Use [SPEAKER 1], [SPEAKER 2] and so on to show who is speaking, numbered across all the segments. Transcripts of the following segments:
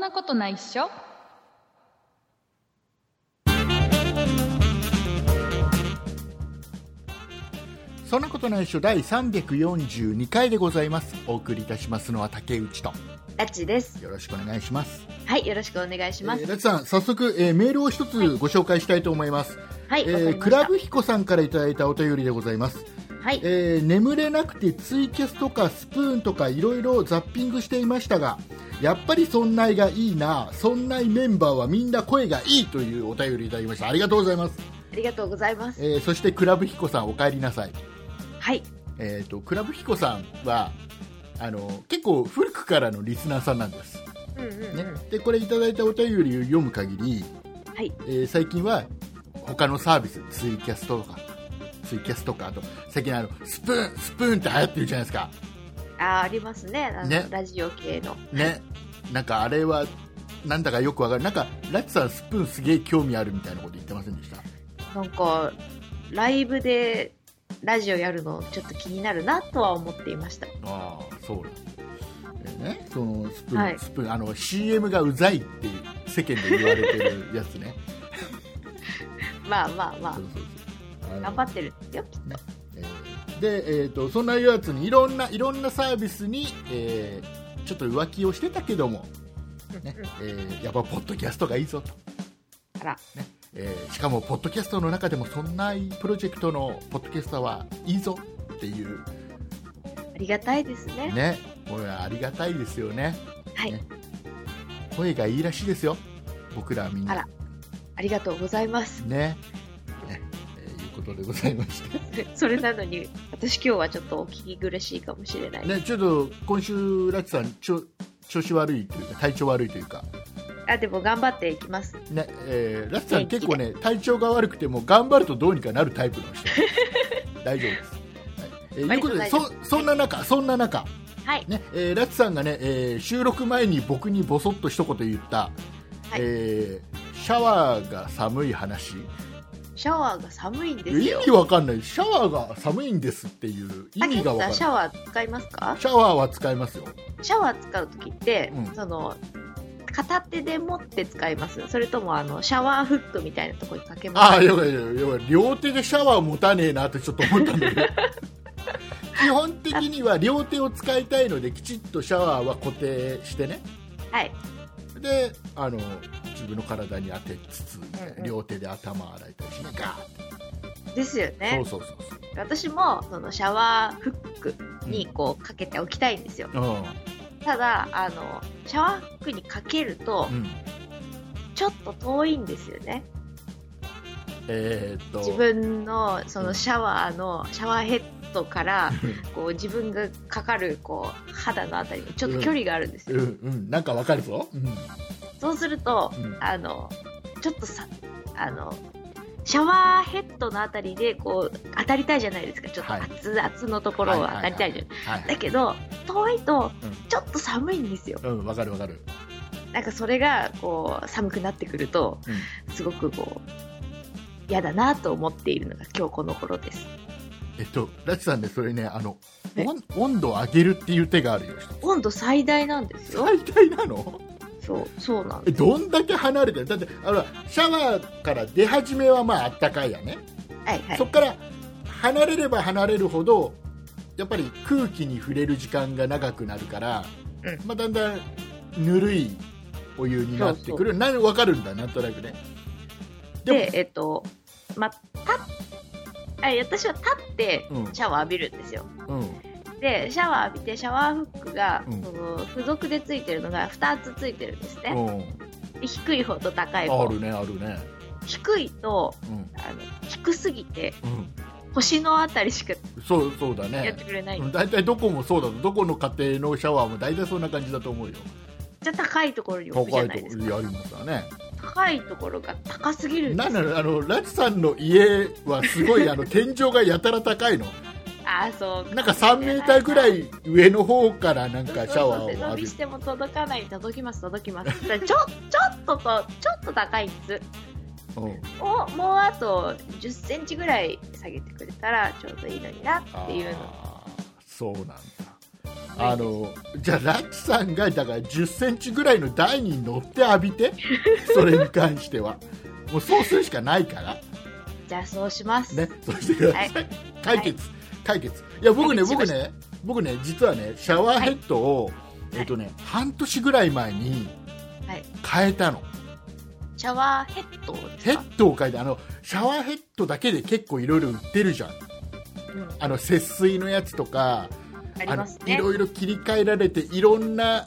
[SPEAKER 1] なことないっしょ
[SPEAKER 2] そんなことないっしょ第342回でございますお送りいたしますのは竹内と
[SPEAKER 3] ラッチです。
[SPEAKER 2] よろしくお願いします
[SPEAKER 3] はい、よろしくお願いします。
[SPEAKER 2] えーラチさん早速、えーメールを一つご紹介したいと思います、
[SPEAKER 3] はい、
[SPEAKER 2] え
[SPEAKER 3] わかりま
[SPEAKER 2] ー
[SPEAKER 3] した
[SPEAKER 2] クラブ彦さんからいただいたお便りでございます、
[SPEAKER 3] はい、
[SPEAKER 2] えー眠れなくてツイキャスとかスプーンとかいろいろザッピングしていましたがやっぱりそんないがいいなそんないメンバーはみんな声がいいというお便りいただきましたありがとうございます、
[SPEAKER 3] ありがとうございます。
[SPEAKER 2] えーそしてクラブ彦さんお帰りなさい
[SPEAKER 3] はい、
[SPEAKER 2] えー、とクラブ彦さんはあの結構古くからのリスナーさんなんです、
[SPEAKER 3] うんうんうん、
[SPEAKER 2] ねでこれいただいたお便りを読む限り、
[SPEAKER 3] はい、
[SPEAKER 2] えー最近は他のサービスツイキャストとかツイキャストとかあと最近あのスプーンスプーンって流行ってるじゃないですか
[SPEAKER 3] あーありますねあの
[SPEAKER 2] ね
[SPEAKER 3] ラジオ系の。
[SPEAKER 2] ねなんかあれはなんだかよくわかるなんかラッツさんスプーンすげえ興味あるみたいなこと言ってませんでした
[SPEAKER 3] なんかライブでラジオやるのちょっと気になるなとは思っていました。
[SPEAKER 2] ああそうなんねそのスプーン、
[SPEAKER 3] はい
[SPEAKER 2] スプーンあの CM がうざいっていう世間で言われてるやつね
[SPEAKER 3] まあまあま
[SPEAKER 2] そうそうそうあの
[SPEAKER 3] あ、頑張ってるよ。
[SPEAKER 2] えーで、えー、とそんなやつにいろんないろんなサービスに、えーちょっと浮気をしてたけども、ね
[SPEAKER 3] うんうん
[SPEAKER 2] えーやっぱポッドキャストがいいぞと、
[SPEAKER 3] あら、
[SPEAKER 2] えーしかもポッドキャストの中でもそんなプロジェクトのポッドキャストはいいぞっていう
[SPEAKER 3] ありがたいですね。
[SPEAKER 2] ねこれはありがたいですよね
[SPEAKER 3] はい、
[SPEAKER 2] ね声がいいらしいですよ僕らみん
[SPEAKER 3] あ
[SPEAKER 2] な
[SPEAKER 3] らありがとうございます。
[SPEAKER 2] ねねえーいうことでございまして、
[SPEAKER 3] それなのに私今日はちょっとお聞き苦しいかもしれない。
[SPEAKER 2] ね、ちょっと今週ラッチさんちょ調子悪いというか体調悪いというか
[SPEAKER 3] あでも頑張っていきます。
[SPEAKER 2] ねえーラッツさん結構ね体調が悪くても頑張るとどうにかなるタイプの 人大丈夫です、はいえー、いう
[SPEAKER 3] 割
[SPEAKER 2] こととで
[SPEAKER 3] 大丈夫
[SPEAKER 2] そそんな中そんな中、
[SPEAKER 3] はい
[SPEAKER 2] ねえーラッツさんがね、えー収録前に僕にボソッと一言言った、
[SPEAKER 3] はい
[SPEAKER 2] えーシャワーが寒い話
[SPEAKER 3] シャワーが寒いんで
[SPEAKER 2] 意
[SPEAKER 3] すよ
[SPEAKER 2] 味。わかんないシャワーが寒いんですっていう意
[SPEAKER 3] たけ
[SPEAKER 2] 味
[SPEAKER 3] し
[SPEAKER 2] がわかん
[SPEAKER 3] さん
[SPEAKER 2] ない
[SPEAKER 3] シャワー使いますか？
[SPEAKER 2] シャワーは使いますよ
[SPEAKER 3] シャワー使う時って、
[SPEAKER 2] うん
[SPEAKER 3] その片手で持って使いますそれともあのシャワーフックみたいなとこにかけます
[SPEAKER 2] ああよかったよかったよかった両手でシャワー持たねえなってちょっと思ったんだけ ど基本的には両手を使いたいのできちっとシャワーは固定してね
[SPEAKER 3] はい
[SPEAKER 2] であの自分の体に当てつつみたいな
[SPEAKER 3] うんうん
[SPEAKER 2] 両手で頭洗いたりしなガーッ
[SPEAKER 3] ですよね
[SPEAKER 2] そうそうそう
[SPEAKER 3] 私もそのシャワーフックにこうかけておきたいんですよ、
[SPEAKER 2] そううん
[SPEAKER 3] ただあのシャワーフックにかけると
[SPEAKER 2] うん
[SPEAKER 3] ちょっと遠いんですよね
[SPEAKER 2] えーっと
[SPEAKER 3] 自分のそのシャワーのシャワーヘッドからこう自分がかかるこう肌のあたりにちょっと距離があるんです
[SPEAKER 2] う
[SPEAKER 3] よ、
[SPEAKER 2] んうんなんかわかるぞうん
[SPEAKER 3] そうすると
[SPEAKER 2] うん
[SPEAKER 3] あの、ちょっとさ、あの、シャワーヘッドのあたりで、こう、当たりたいじゃないですか。ちょっと
[SPEAKER 2] はい
[SPEAKER 3] 熱々のところを当たりたいじゃん。
[SPEAKER 2] はいは
[SPEAKER 3] だ
[SPEAKER 2] い
[SPEAKER 3] けど、遠いと
[SPEAKER 2] うん、
[SPEAKER 3] ちょっと寒いんですよ。
[SPEAKER 2] うんわかるわかる
[SPEAKER 3] なんかそれが、こう、寒くなってくると、すごくこう、嫌だなと思っているのが今日この頃です。
[SPEAKER 2] えっとラチさんねそれねあの
[SPEAKER 3] え
[SPEAKER 2] 温温度を上げるっていう手があるよ
[SPEAKER 3] 温度最大なんですよ。
[SPEAKER 2] 最大なの
[SPEAKER 3] そう、そうなん
[SPEAKER 2] え
[SPEAKER 3] です。
[SPEAKER 2] どんだけ離れてるだってあのシャワーから出始めはまああったかいやね、
[SPEAKER 3] はいはい
[SPEAKER 2] そ。っから離れれば離れるほどやっぱり空気に触れる時間が長くなるから、
[SPEAKER 3] うん
[SPEAKER 2] まあ、だんだんぬるいお湯になってくるな分かるんだなんとなくねでも
[SPEAKER 3] で、えっと、ま、た、あ私は立って
[SPEAKER 2] うん
[SPEAKER 3] シャワー浴びるんですよ。
[SPEAKER 2] うん
[SPEAKER 3] でシャワー浴びてシャワーフックが、
[SPEAKER 2] うん
[SPEAKER 3] その付属でついてるのが2つついてるんですね、
[SPEAKER 2] うん
[SPEAKER 3] で低い方と高い
[SPEAKER 2] あ
[SPEAKER 3] 方
[SPEAKER 2] るねあるね
[SPEAKER 3] 低いと
[SPEAKER 2] うん
[SPEAKER 3] あの低すぎて
[SPEAKER 2] う
[SPEAKER 3] 腰のあたりしか
[SPEAKER 2] んそうそうだ
[SPEAKER 3] や
[SPEAKER 2] ね
[SPEAKER 3] ってくれない、
[SPEAKER 2] うん大体どこもそうだとどこの家庭のシャワーも大体そんな感じだと思うよ
[SPEAKER 3] じゃあ高いところに置くじ
[SPEAKER 2] 高
[SPEAKER 3] ゃ
[SPEAKER 2] い
[SPEAKER 3] ない
[SPEAKER 2] とこ
[SPEAKER 3] ですか
[SPEAKER 2] ろやりますわね
[SPEAKER 3] 高いところが高すぎるんで
[SPEAKER 2] な
[SPEAKER 3] す
[SPEAKER 2] んなのあのラチさんの家はすごいあの天井がやたら高いの
[SPEAKER 3] ああそう
[SPEAKER 2] なんか3メーターぐら
[SPEAKER 3] ない
[SPEAKER 2] 上の方からなん
[SPEAKER 3] ん
[SPEAKER 2] かシャワーを
[SPEAKER 3] そう
[SPEAKER 2] 浴
[SPEAKER 3] そう背伸
[SPEAKER 2] び
[SPEAKER 3] び
[SPEAKER 2] る
[SPEAKER 3] しても届かない届きます届きますだからちょちょっととちょっと高いんです
[SPEAKER 2] うん
[SPEAKER 3] をもうあと1 0ンチぐらい下げてくれたらちょうどいいのになっていうの
[SPEAKER 2] あーそうなんだ
[SPEAKER 3] は
[SPEAKER 2] あ
[SPEAKER 3] い
[SPEAKER 2] のじゃあラッチさんがだから1 0ンチぐらいの台に乗って浴びてそれに関してはもうそうするしかないから
[SPEAKER 3] じゃあそうします、
[SPEAKER 2] ねそうしてください、解決解決いや僕ね
[SPEAKER 3] 解決
[SPEAKER 2] 僕
[SPEAKER 3] しまし
[SPEAKER 2] ね僕ね実はねシャワーヘッドを、
[SPEAKER 3] い
[SPEAKER 2] えっとね半年ぐらい前に
[SPEAKER 3] はい
[SPEAKER 2] 変えたの、
[SPEAKER 3] シャワーヘッドです
[SPEAKER 2] ヘ
[SPEAKER 3] か、
[SPEAKER 2] ッドを変えてあのシャワーヘッドだけで結構いろいろ売ってるじゃん
[SPEAKER 3] うん、
[SPEAKER 2] あの節水のやつとか
[SPEAKER 3] あります
[SPEAKER 2] あのい
[SPEAKER 3] ね
[SPEAKER 2] ろいろ切り替えられていろんな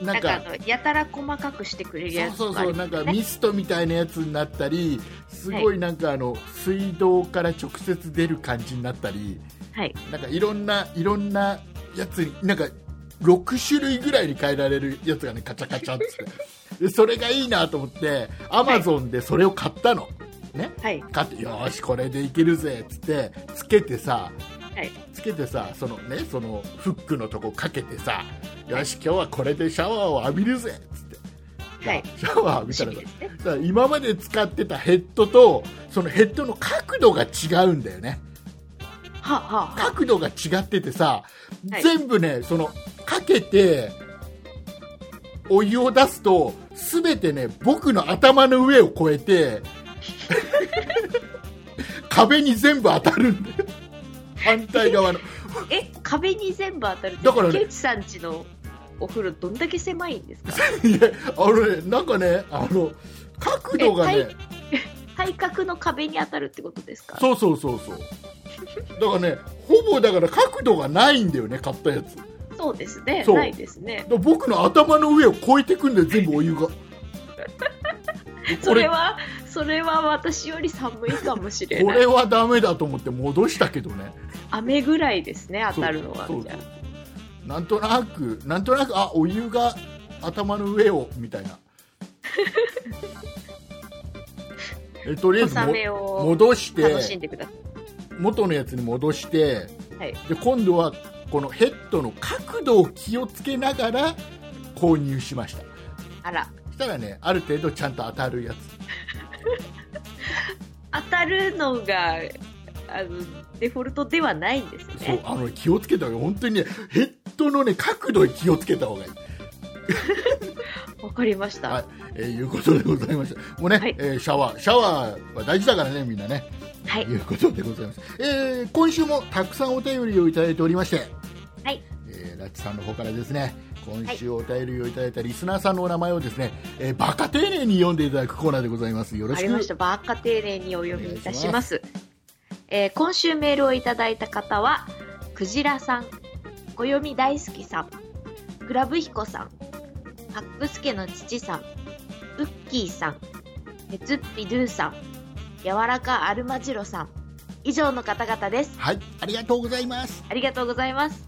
[SPEAKER 2] な
[SPEAKER 3] なんんか
[SPEAKER 2] か
[SPEAKER 3] あのやたら細かくしてくれるやつ
[SPEAKER 2] そう
[SPEAKER 3] と
[SPEAKER 2] そ
[SPEAKER 3] あ
[SPEAKER 2] うそ
[SPEAKER 3] り
[SPEAKER 2] うな
[SPEAKER 3] ま
[SPEAKER 2] ん
[SPEAKER 3] すね
[SPEAKER 2] かミストみたいなやつになったりすごいなんかあの水道から直接出る感じになったり
[SPEAKER 3] はい
[SPEAKER 2] なんかいろんないろんなやつになんか6種類ぐらいに変えられるやつがねカチャカチャっつってでそれがいいなと思 ってアマゾンでそれを買ったの、ね
[SPEAKER 3] はい
[SPEAKER 2] 買ってよーしこれでいけるぜっつってつけてさ
[SPEAKER 3] はい
[SPEAKER 2] つけてさそのねそのフックのとこかけてさよし今日はこれでシャワーを浴びるぜっつって、
[SPEAKER 3] はい
[SPEAKER 2] シャワー浴び
[SPEAKER 3] 楽したみ
[SPEAKER 2] らさ
[SPEAKER 3] ですね
[SPEAKER 2] だから今まで使ってたヘッドとそのヘッドの角度が違うんだよね
[SPEAKER 3] はあ、はあは
[SPEAKER 2] 角度が違っててさ、
[SPEAKER 3] はい
[SPEAKER 2] 全部ねそのかけてお湯を出すと全てね僕の頭の上を越えて 壁に全部当たるんだよ反対側の
[SPEAKER 3] あ、え壁に全部当たるって
[SPEAKER 2] だからね
[SPEAKER 3] 竹内さんちのお風呂どんだけ狭いんですか
[SPEAKER 2] いやあのねなんかねあの角度が
[SPEAKER 3] え
[SPEAKER 2] ね
[SPEAKER 3] 体体格の壁に当たるってことですか
[SPEAKER 2] そうそうそうそうだからねほぼだから角度がないんだよね買ったやつ
[SPEAKER 3] そうですね
[SPEAKER 2] そう
[SPEAKER 3] ないですね
[SPEAKER 2] だから僕の頭の上を越えてくんだよ全部お湯が
[SPEAKER 3] それはそれは私より寒いかもしれ
[SPEAKER 2] こ
[SPEAKER 3] ない
[SPEAKER 2] れはダメだと思って戻したけどね
[SPEAKER 3] 雨ぐらいですね当たるのは
[SPEAKER 2] そう
[SPEAKER 3] じゃ
[SPEAKER 2] そうそうなんとなくなんとなくあお湯が頭の上をみたいな えとりあえず
[SPEAKER 3] あ小
[SPEAKER 2] も
[SPEAKER 3] 雨を
[SPEAKER 2] 戻して
[SPEAKER 3] 楽しんでください
[SPEAKER 2] 元のやつに戻して、
[SPEAKER 3] はい
[SPEAKER 2] で今度はこのヘッドの角度を気をつけながら購入しました
[SPEAKER 3] あら
[SPEAKER 2] そしたらねある程度ちゃんと当たるや
[SPEAKER 3] 当たるのがあのデフォルトではないんです
[SPEAKER 2] つそう
[SPEAKER 3] ね
[SPEAKER 2] あの気をつけた方がいい本当にねヘッドのね角度に気をつけた方がいい
[SPEAKER 3] わかりました、
[SPEAKER 2] はいえーいうことでございましたもうね、
[SPEAKER 3] はい
[SPEAKER 2] えーシャワーシャワーは大事だからねみんなね
[SPEAKER 3] はい
[SPEAKER 2] いうことでございます、えー今週もたくさんお便りをいただいておりまして
[SPEAKER 3] はい
[SPEAKER 2] えーラッチさんの方からですね今週お便りをいただいたリスナーさんのお名前をですね、えーバカ丁寧に読んでいただくコーナーでございますよろ
[SPEAKER 3] あ
[SPEAKER 2] し
[SPEAKER 3] り
[SPEAKER 2] く
[SPEAKER 3] ました。ばっか丁寧にお読みいたします。えー今週メールをいただいた方は、クジラさん、小読み大好きさん、グラブヒコさん、パックスケの父さん、ウッキーさん、ネツッピドゥさん、柔らかアルマジロさん、以上の方々です。
[SPEAKER 2] はいありがとうございます
[SPEAKER 3] ありがとうございます。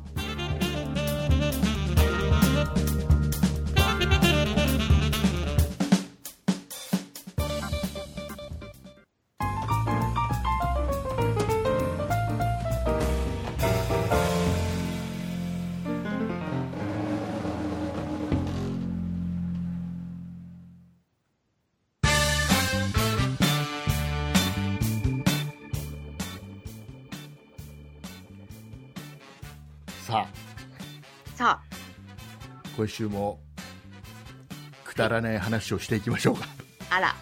[SPEAKER 2] さあ
[SPEAKER 3] さあ、
[SPEAKER 2] 今週もくだらない話をしていきましょうか
[SPEAKER 3] あら、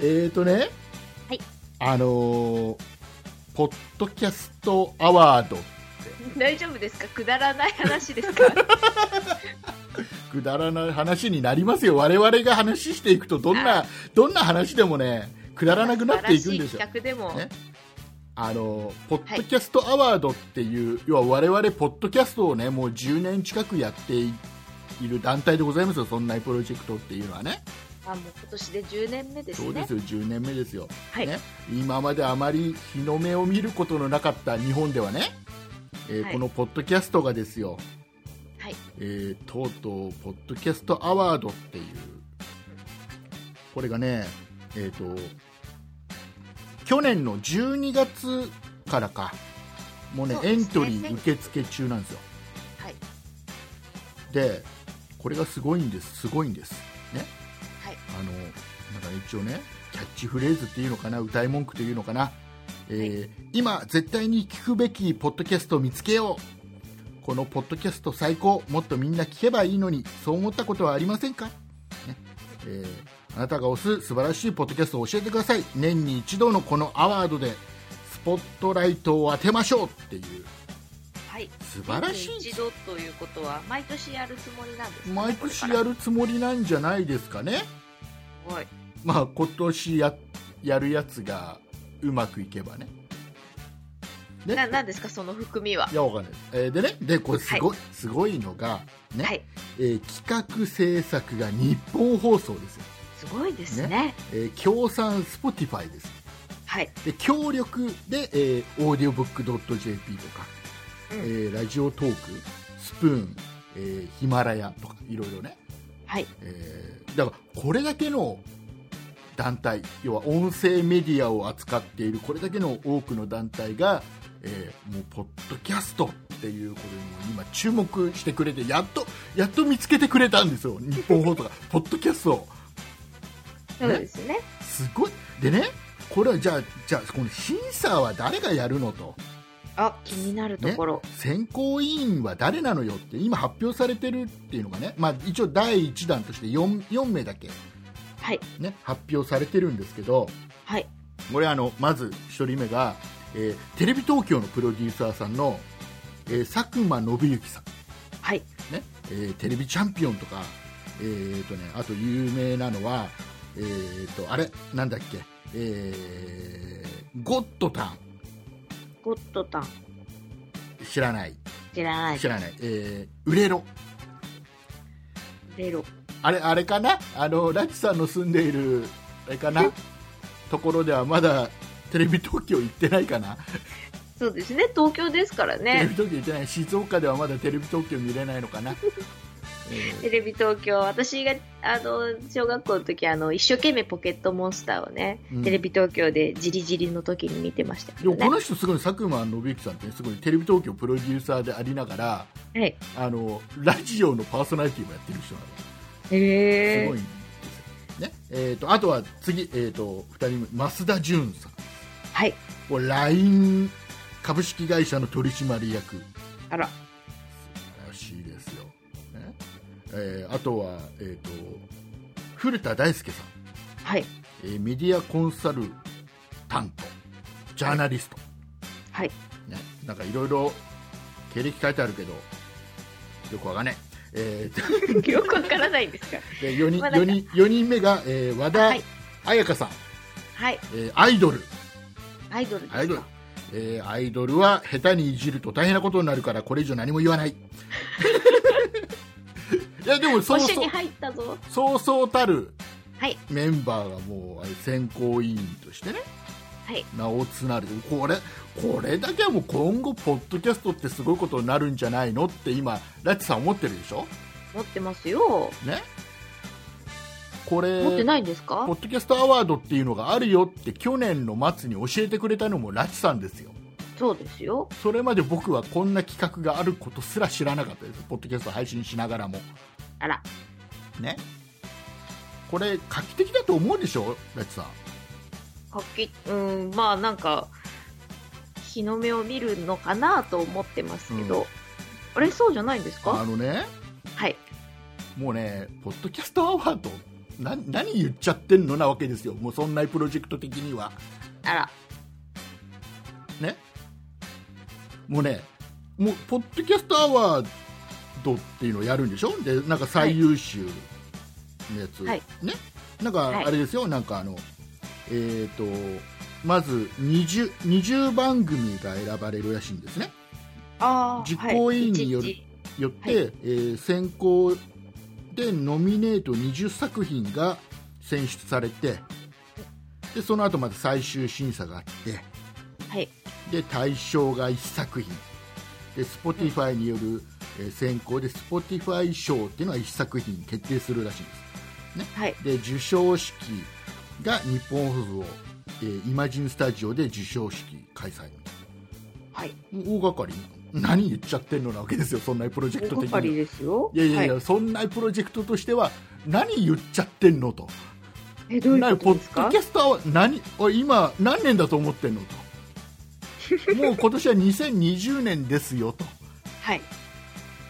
[SPEAKER 2] えーとね
[SPEAKER 3] はい
[SPEAKER 2] あのーポッドキャストアワード
[SPEAKER 3] 大丈夫ですかくだらない話で すか
[SPEAKER 2] くだらない話になりますよ我々が話していくとどんなどんな話でもねくだらなくなっていくんですよ
[SPEAKER 3] 素晴らしい企画でも、
[SPEAKER 2] ねあのポッドキャストアワードっていう、要は我々ポッドキャストをねもう10年近くやっている団体でございますよそんなプロジェクトっていうのはね
[SPEAKER 3] あもう今年で10年目です
[SPEAKER 2] そうで
[SPEAKER 3] ね
[SPEAKER 2] す。よ10年目ですよ、
[SPEAKER 3] はい
[SPEAKER 2] ね、今まであまり日の目を見ることのなかった日本ではね、えー
[SPEAKER 3] はい
[SPEAKER 2] このポッドキャストがですよ、
[SPEAKER 3] はい
[SPEAKER 2] えーとうとうポッドキャストアワードっていうこれがねえっ、と去年の12月からかもうね
[SPEAKER 3] そう
[SPEAKER 2] エ
[SPEAKER 3] ですね
[SPEAKER 2] ントリー受付中なんですよ
[SPEAKER 3] はい
[SPEAKER 2] でこれがすごいんですすごいんですね、
[SPEAKER 3] はい
[SPEAKER 2] あのなんか一応ねキャッチフレーズっていうのかな歌い文句というのかなえー今絶対に聞くべきポッドキャストを見つけようこのポッドキャスト最高もっとみんな聞けばいいのにそう思ったことはありませんか、ねえーあなたが推す素晴らしいポッドキャストを教えてください年に一度のこのアワードでスポットライトを当てましょうっていう
[SPEAKER 3] はい。
[SPEAKER 2] 素晴らし
[SPEAKER 3] 年に
[SPEAKER 2] い
[SPEAKER 3] 一度ということは、毎年やるつもりなんですかね
[SPEAKER 2] 毎年
[SPEAKER 3] これ
[SPEAKER 2] やるつもりなんじゃないですかね
[SPEAKER 3] からはい。
[SPEAKER 2] まあ今年ややるやつがうまくいけばねで
[SPEAKER 3] な、なんですか、その含みは。
[SPEAKER 2] いやわかんない、えーでねでこれすごい、すごいのがね、
[SPEAKER 3] はい。
[SPEAKER 2] えー企画制作が日本放送ですよ、
[SPEAKER 3] すごいですね。
[SPEAKER 2] えー協賛スポティファイです
[SPEAKER 3] はい。
[SPEAKER 2] で協力で、えー、オーディオブックドット JP とか、
[SPEAKER 3] うん
[SPEAKER 2] えーラジオトークスプーン、えーヒマラヤとかいろいろね、
[SPEAKER 3] はい。
[SPEAKER 2] えーだからこれだけの団体要は音声メディアを扱っているこれだけの多くの団体が、えーもうポッドキャストっていうことにも今注目してくれてやっとやっと見つけてくれたんですよ日本放送がポッドキャストを
[SPEAKER 3] そうですね。
[SPEAKER 2] すごいでねこれはじゃあじゃあこの審査は誰がやるのと
[SPEAKER 3] あ、気になるところ。
[SPEAKER 2] 選考委員は誰なのよって今発表されてるっていうのがね、まあ、一応第1弾として 4, 4名だけ、
[SPEAKER 3] はい。
[SPEAKER 2] ね、発表されてるんですけど、
[SPEAKER 3] はい。
[SPEAKER 2] これあのまず1人目が、えーテレビ東京のプロデューサーさんの、えー佐久間信行さん、
[SPEAKER 3] はい。
[SPEAKER 2] ねえーテレビチャンピオンとか、えーとね、あと有名なのは、えー、とあれなんだっけ、えーゴッドタン
[SPEAKER 3] ゴッドタン。
[SPEAKER 2] 知らない
[SPEAKER 3] 知らない
[SPEAKER 2] 知。らない、えー、売れろ
[SPEAKER 3] レロ。
[SPEAKER 2] あれあれかなあのラチさんの住んでいるあれかなところではまだテレビ東京行ってないかな
[SPEAKER 3] そうですね。東京ですから
[SPEAKER 2] テレ
[SPEAKER 3] ね
[SPEAKER 2] ビ。東京行ってない静岡ではまだテレビ東京見れないのか な、え
[SPEAKER 3] テレビ東京、私が、あの、小学校の時、あの、一生懸命ポケットモンスターをね、
[SPEAKER 2] うん
[SPEAKER 3] テレビ東京でじりじりの時に見てました
[SPEAKER 2] ー
[SPEAKER 3] け
[SPEAKER 2] で
[SPEAKER 3] ど
[SPEAKER 2] もこ
[SPEAKER 3] ね。
[SPEAKER 2] の人すごい佐久間信之さんってすごいテレビ東京プロデューサーでありながら
[SPEAKER 3] はい。
[SPEAKER 2] あのラジオのパーソナリティもやってる人なの
[SPEAKER 3] へ
[SPEAKER 2] す
[SPEAKER 3] え
[SPEAKER 2] ごい。んですよ、ねえー、とあとは次、えー、と2人目増田純さん
[SPEAKER 3] はい。
[SPEAKER 2] これ LINE 株式会社の取締役
[SPEAKER 3] あら。
[SPEAKER 2] らしいですよ、ねえーあとは、えー、と古田大輔さん、
[SPEAKER 3] はい。
[SPEAKER 2] えーメディアコンサルタントジャーナリスト、
[SPEAKER 3] はい。
[SPEAKER 2] ね、なんかいろいろ経歴書いてあるけどよくわかんない、えー
[SPEAKER 3] よくわからないんですか。
[SPEAKER 2] で4, 人
[SPEAKER 3] まあなん
[SPEAKER 2] 4
[SPEAKER 3] か
[SPEAKER 2] 人4人目が、えー和田
[SPEAKER 3] はい
[SPEAKER 2] 彩香さん、
[SPEAKER 3] はい。
[SPEAKER 2] えーアイドル
[SPEAKER 3] アイドルですか。
[SPEAKER 2] アイドルえーアイドルは下手にいじると大変なことになるからこれ以上何も言わない いやでもそう
[SPEAKER 3] 保守
[SPEAKER 2] そう
[SPEAKER 3] に入ったぞ。
[SPEAKER 2] そうそうたる
[SPEAKER 3] はい。
[SPEAKER 2] メンバーがもうあれ選考委員としてね
[SPEAKER 3] はい。
[SPEAKER 2] 名を連ねてこれこれだけはもう今後ポッドキャストってすごいことになるんじゃないのって今ラッチさん思ってるでしょ
[SPEAKER 3] 持ってますよ。
[SPEAKER 2] ねこれ
[SPEAKER 3] 持ってないんですか
[SPEAKER 2] ポッドキャストアワードっていうのがあるよって去年の末に教えてくれたのもラッチさんですよ
[SPEAKER 3] そうですよ。
[SPEAKER 2] それまで僕はこんな企画があることすら知らなかったですポッドキャスト配信しながらも
[SPEAKER 3] あら。
[SPEAKER 2] ねこれ画期的だと思うでしょラッチさん
[SPEAKER 3] 画期、うん、まあなんか、日の目を見るのかなと思ってますけ
[SPEAKER 2] う
[SPEAKER 3] ど。
[SPEAKER 2] ん
[SPEAKER 3] あれ、そうじゃないんです
[SPEAKER 2] あ
[SPEAKER 3] か
[SPEAKER 2] のね
[SPEAKER 3] はい。
[SPEAKER 2] もうね、ポッドキャストアワード、な何言っちゃってんのなわけですよ、もうそんなプロジェクト的には。
[SPEAKER 3] あら。
[SPEAKER 2] ね、もうね、もうポッドキャストアワードっていうのをやるんでしょ、でなんか最優秀のやつ、
[SPEAKER 3] はい
[SPEAKER 2] ね、なんか
[SPEAKER 3] はい
[SPEAKER 2] あれですよ、なんかあの、えー、とまず 20, 20番組が選ばれるらしいんですね。
[SPEAKER 3] ああ。
[SPEAKER 2] 実行委員による
[SPEAKER 3] はい一日
[SPEAKER 2] よって、
[SPEAKER 3] は
[SPEAKER 2] えー選考でノミネート20作品が選出されてでその後また最終審査があっ
[SPEAKER 3] はい。
[SPEAKER 2] てで大賞が1作品で Spotify による、えー選考で Spotify 賞っていうのは1作品決定するらしいんです。
[SPEAKER 3] はい。
[SPEAKER 2] で授賞式が日本放送、えーイマジンスタジオで授賞式開催
[SPEAKER 3] はい。
[SPEAKER 2] もう大掛かりな何言っちゃってんのなわけですよそんなプロジェ
[SPEAKER 3] 大
[SPEAKER 2] クト的
[SPEAKER 3] 掛
[SPEAKER 2] には
[SPEAKER 3] かりですよ。
[SPEAKER 2] いやいやいや、
[SPEAKER 3] は
[SPEAKER 2] そんなプロジェクトとしては何言っちゃってんのと
[SPEAKER 3] え、どういう
[SPEAKER 2] なポ
[SPEAKER 3] こ
[SPEAKER 2] ッ
[SPEAKER 3] とですか
[SPEAKER 2] ドキャスターは何おい今何年だと思ってんのともう今年は2020年ですよと
[SPEAKER 3] はい。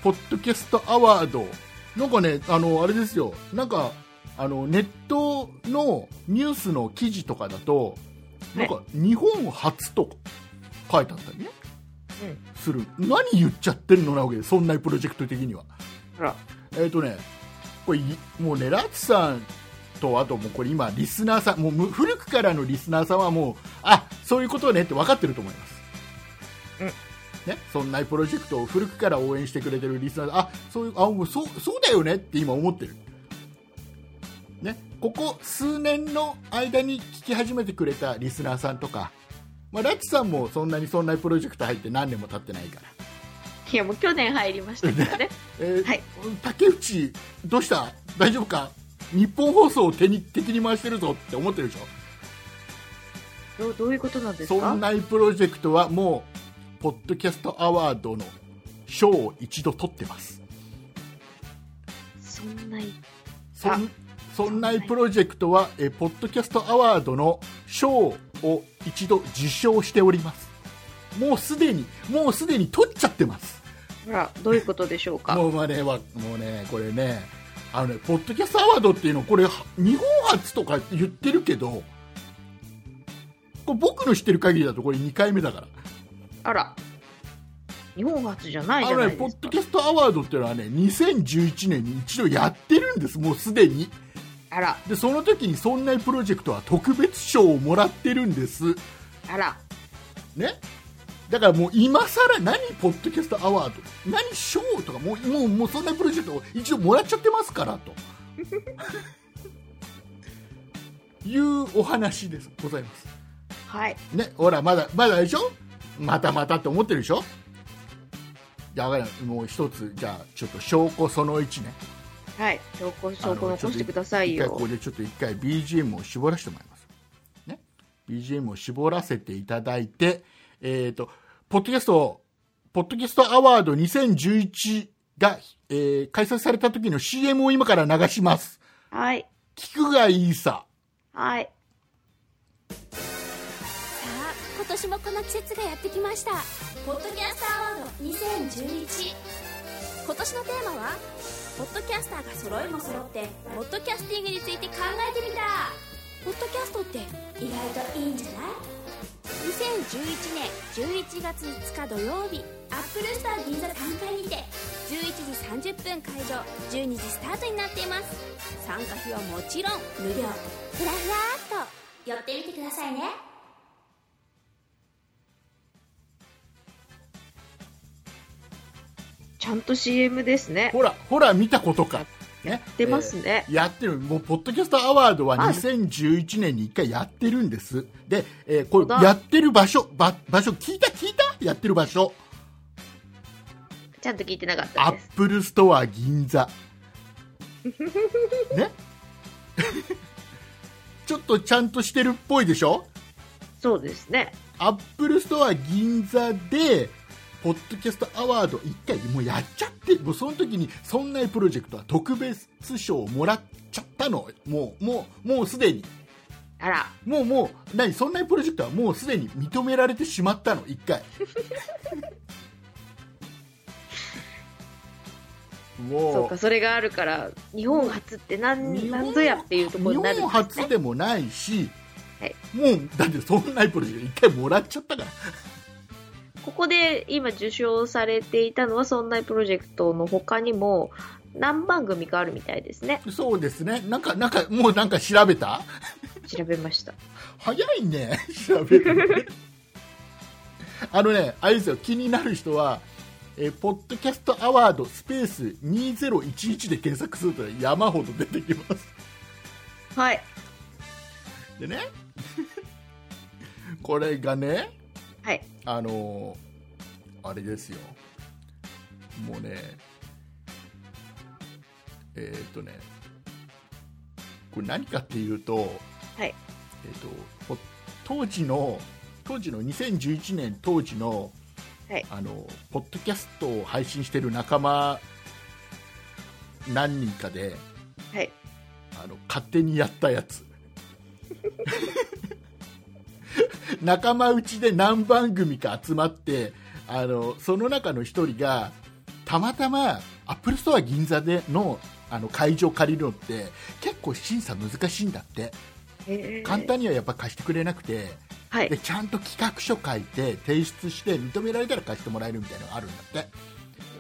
[SPEAKER 2] ポッドキャストアワードなんかねあのあれですよなんかあのネットのニュースの記事とかだとなんか日本初と書いてあったりね、
[SPEAKER 3] う
[SPEAKER 2] する何言っちゃってるのなわけでそんなプロジェクト的には
[SPEAKER 3] ほら。
[SPEAKER 2] えっ、とね、これい、もうね、ラッツさんと、あともうこれ今、リスナーさん、もうむ古くからのリスナーさんはもう、あそういうことねって分かってると思います。
[SPEAKER 3] うん
[SPEAKER 2] ね、そんなプロジェクトを古くから応援してくれてるリスナーさん、あそういう、あ、もうそう、そうだよねって今思ってる。ね、ここ数年の間に聞き始めてくれたリスナーさんとか、まあ、ラッツさんもそんなにそんなプロジェクト入って何年も経ってないから。
[SPEAKER 3] いや、もう去年入りましたけどね。
[SPEAKER 2] えー
[SPEAKER 3] はい
[SPEAKER 2] 竹内、どうした大丈夫か日本放送を手に敵に回してるぞって思ってるでしょ
[SPEAKER 3] どうどういうことなんですか
[SPEAKER 2] そんなプロジェクトはもうポッドキャストアワードの賞を一度取ってます
[SPEAKER 3] そんな
[SPEAKER 2] そ
[SPEAKER 3] あ
[SPEAKER 2] んそんなプロジェクトはえーポッドキャストアワードの賞を一度受賞しておりますもうすでにもうすでに取っちゃってます
[SPEAKER 3] ほら、どういうことでしょうか
[SPEAKER 2] もうまあね、わもうね、これね、あのね、ポッドキャストアワードっていうの、これ、は日本初とか言ってるけど、これ僕の知ってる限りだと、これ2回目だから。
[SPEAKER 3] あら。日本初じゃないじ
[SPEAKER 2] あ
[SPEAKER 3] ゃな
[SPEAKER 2] の
[SPEAKER 3] い
[SPEAKER 2] ね、ポッ
[SPEAKER 3] です
[SPEAKER 2] ド
[SPEAKER 3] か。
[SPEAKER 2] キャストアワードっていうのはね、2011年に一度やってるんです、もうすでに。
[SPEAKER 3] あら、
[SPEAKER 2] で、その時に、そんなプロジェクトは特別賞をもらってるんです。
[SPEAKER 3] あら。
[SPEAKER 2] ね。だからもう今更何ポッドキャストアワード何賞とかもうもうもうそんなプロジェクトを一度もらっちゃってますからと いうお話ですございます
[SPEAKER 3] はい。
[SPEAKER 2] ねほらまだまだでしょまたまたって思ってるでしょじゃあわかんないもう一つじゃあちょっと証拠その1ね
[SPEAKER 3] はい。証拠、証
[SPEAKER 2] あ
[SPEAKER 3] 拠
[SPEAKER 2] のちょ
[SPEAKER 3] 残
[SPEAKER 2] っと
[SPEAKER 3] してください
[SPEAKER 2] 一回
[SPEAKER 3] よ
[SPEAKER 2] こ。こでちょっと一回 BGM を絞らせてもらいます、ね、BGM を絞らせていただいてえっ、とポッドキャストポッドキャストアワード2011が、えー開催された時の CM を今から流します
[SPEAKER 3] はい。
[SPEAKER 2] 聞くがいいさ
[SPEAKER 3] はい。
[SPEAKER 1] さあ今年もこの季節がやってきましたポッドキャスターアワード2011今年のテーマはポッドキャスターが揃いも揃ってポッドキャスティングについて考えてみたポッドキャストって意外といいんじゃない2011年11月5日土曜日アップルスター銀座3階にて11時30分会場12時スタートになっています参加費はもちろん無料ふらふらっと寄ってみてくださいね
[SPEAKER 3] ちゃんと CM ですね。
[SPEAKER 2] ほらほら見たことか
[SPEAKER 3] や
[SPEAKER 2] ね
[SPEAKER 3] ってますね。
[SPEAKER 2] やってるもうポッドキャストアワードは
[SPEAKER 3] あ
[SPEAKER 2] 2011年に1回やってるんですで、えーこ
[SPEAKER 3] そう
[SPEAKER 2] れ
[SPEAKER 3] だ
[SPEAKER 2] やってる場所ば場所聞いた聞いたやってる場所
[SPEAKER 3] ちゃんと聞いてなかった
[SPEAKER 2] ア
[SPEAKER 3] で
[SPEAKER 2] ッ
[SPEAKER 3] す。
[SPEAKER 2] プルストア銀 座ね ちょっとちゃんとしてるっぽいでしょ
[SPEAKER 3] そうですね。
[SPEAKER 2] アップルストア銀座でポッドキャストアワード1回もうやっちゃってもうその時に「そんなプロジェクト」は特別賞をもらっちゃったのもうもうもうすでに
[SPEAKER 3] あら。
[SPEAKER 2] もうもう何そんなプロジェクトはもうすでに認められてしまったの1回
[SPEAKER 3] そう
[SPEAKER 2] も
[SPEAKER 3] か、それがあるから、日本初ってなん、なんぞやっていうところになる
[SPEAKER 2] 日
[SPEAKER 3] ん
[SPEAKER 2] 本
[SPEAKER 3] ですね
[SPEAKER 2] 初。でもないし、
[SPEAKER 3] はい
[SPEAKER 2] もうだってそんなプロジェクト1回もらっちゃったから
[SPEAKER 3] ここで今受賞されていたのは、そんなプロジェクトの他にも、何番組かあるみたいですね。
[SPEAKER 2] そうですねなんかなんかもうなんか調べた
[SPEAKER 3] 調べました。
[SPEAKER 2] 早いね 調べるのねあのねあれですよ気になる人はえーポッドキャストアワードスペース2011で検索すると山ほど出てきます
[SPEAKER 3] はい。
[SPEAKER 2] で ねこれがね
[SPEAKER 3] はい。
[SPEAKER 2] あのーあれですよもうねえーっ、とねこれ何かっていうと,、
[SPEAKER 3] はい
[SPEAKER 2] えーっとこ当時の当時の2011年当時の、
[SPEAKER 3] はい
[SPEAKER 2] あのポッドキャストを配信してる仲間何人かで
[SPEAKER 3] はい。
[SPEAKER 2] あの勝手にやったやつ仲間内で何番組か集まってあのその中の一人がたまたまアップルストア銀座でのあの会場借りるのって結構審査難しいんだって
[SPEAKER 3] えー
[SPEAKER 2] 簡単にはやっぱ貸してくれなくて
[SPEAKER 3] はい
[SPEAKER 2] でちゃんと企画書書いて提出して認められたら貸してもらえるみたいなのがあるんだっ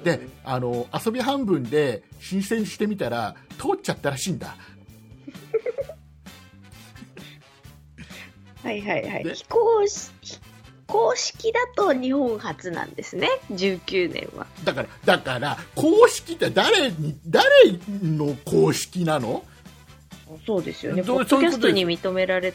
[SPEAKER 2] てであの遊び半分で申請してみたら通っちゃったらしいんだ
[SPEAKER 3] はいはいはい
[SPEAKER 2] で
[SPEAKER 3] 非公式非公式だと日本初なんですね19年は
[SPEAKER 2] だからだから公式って誰に誰の公式なの
[SPEAKER 3] そうですよね
[SPEAKER 2] ど
[SPEAKER 3] ポ
[SPEAKER 2] う
[SPEAKER 3] ッドキャス
[SPEAKER 2] そう
[SPEAKER 3] ト
[SPEAKER 2] いう
[SPEAKER 3] に認められ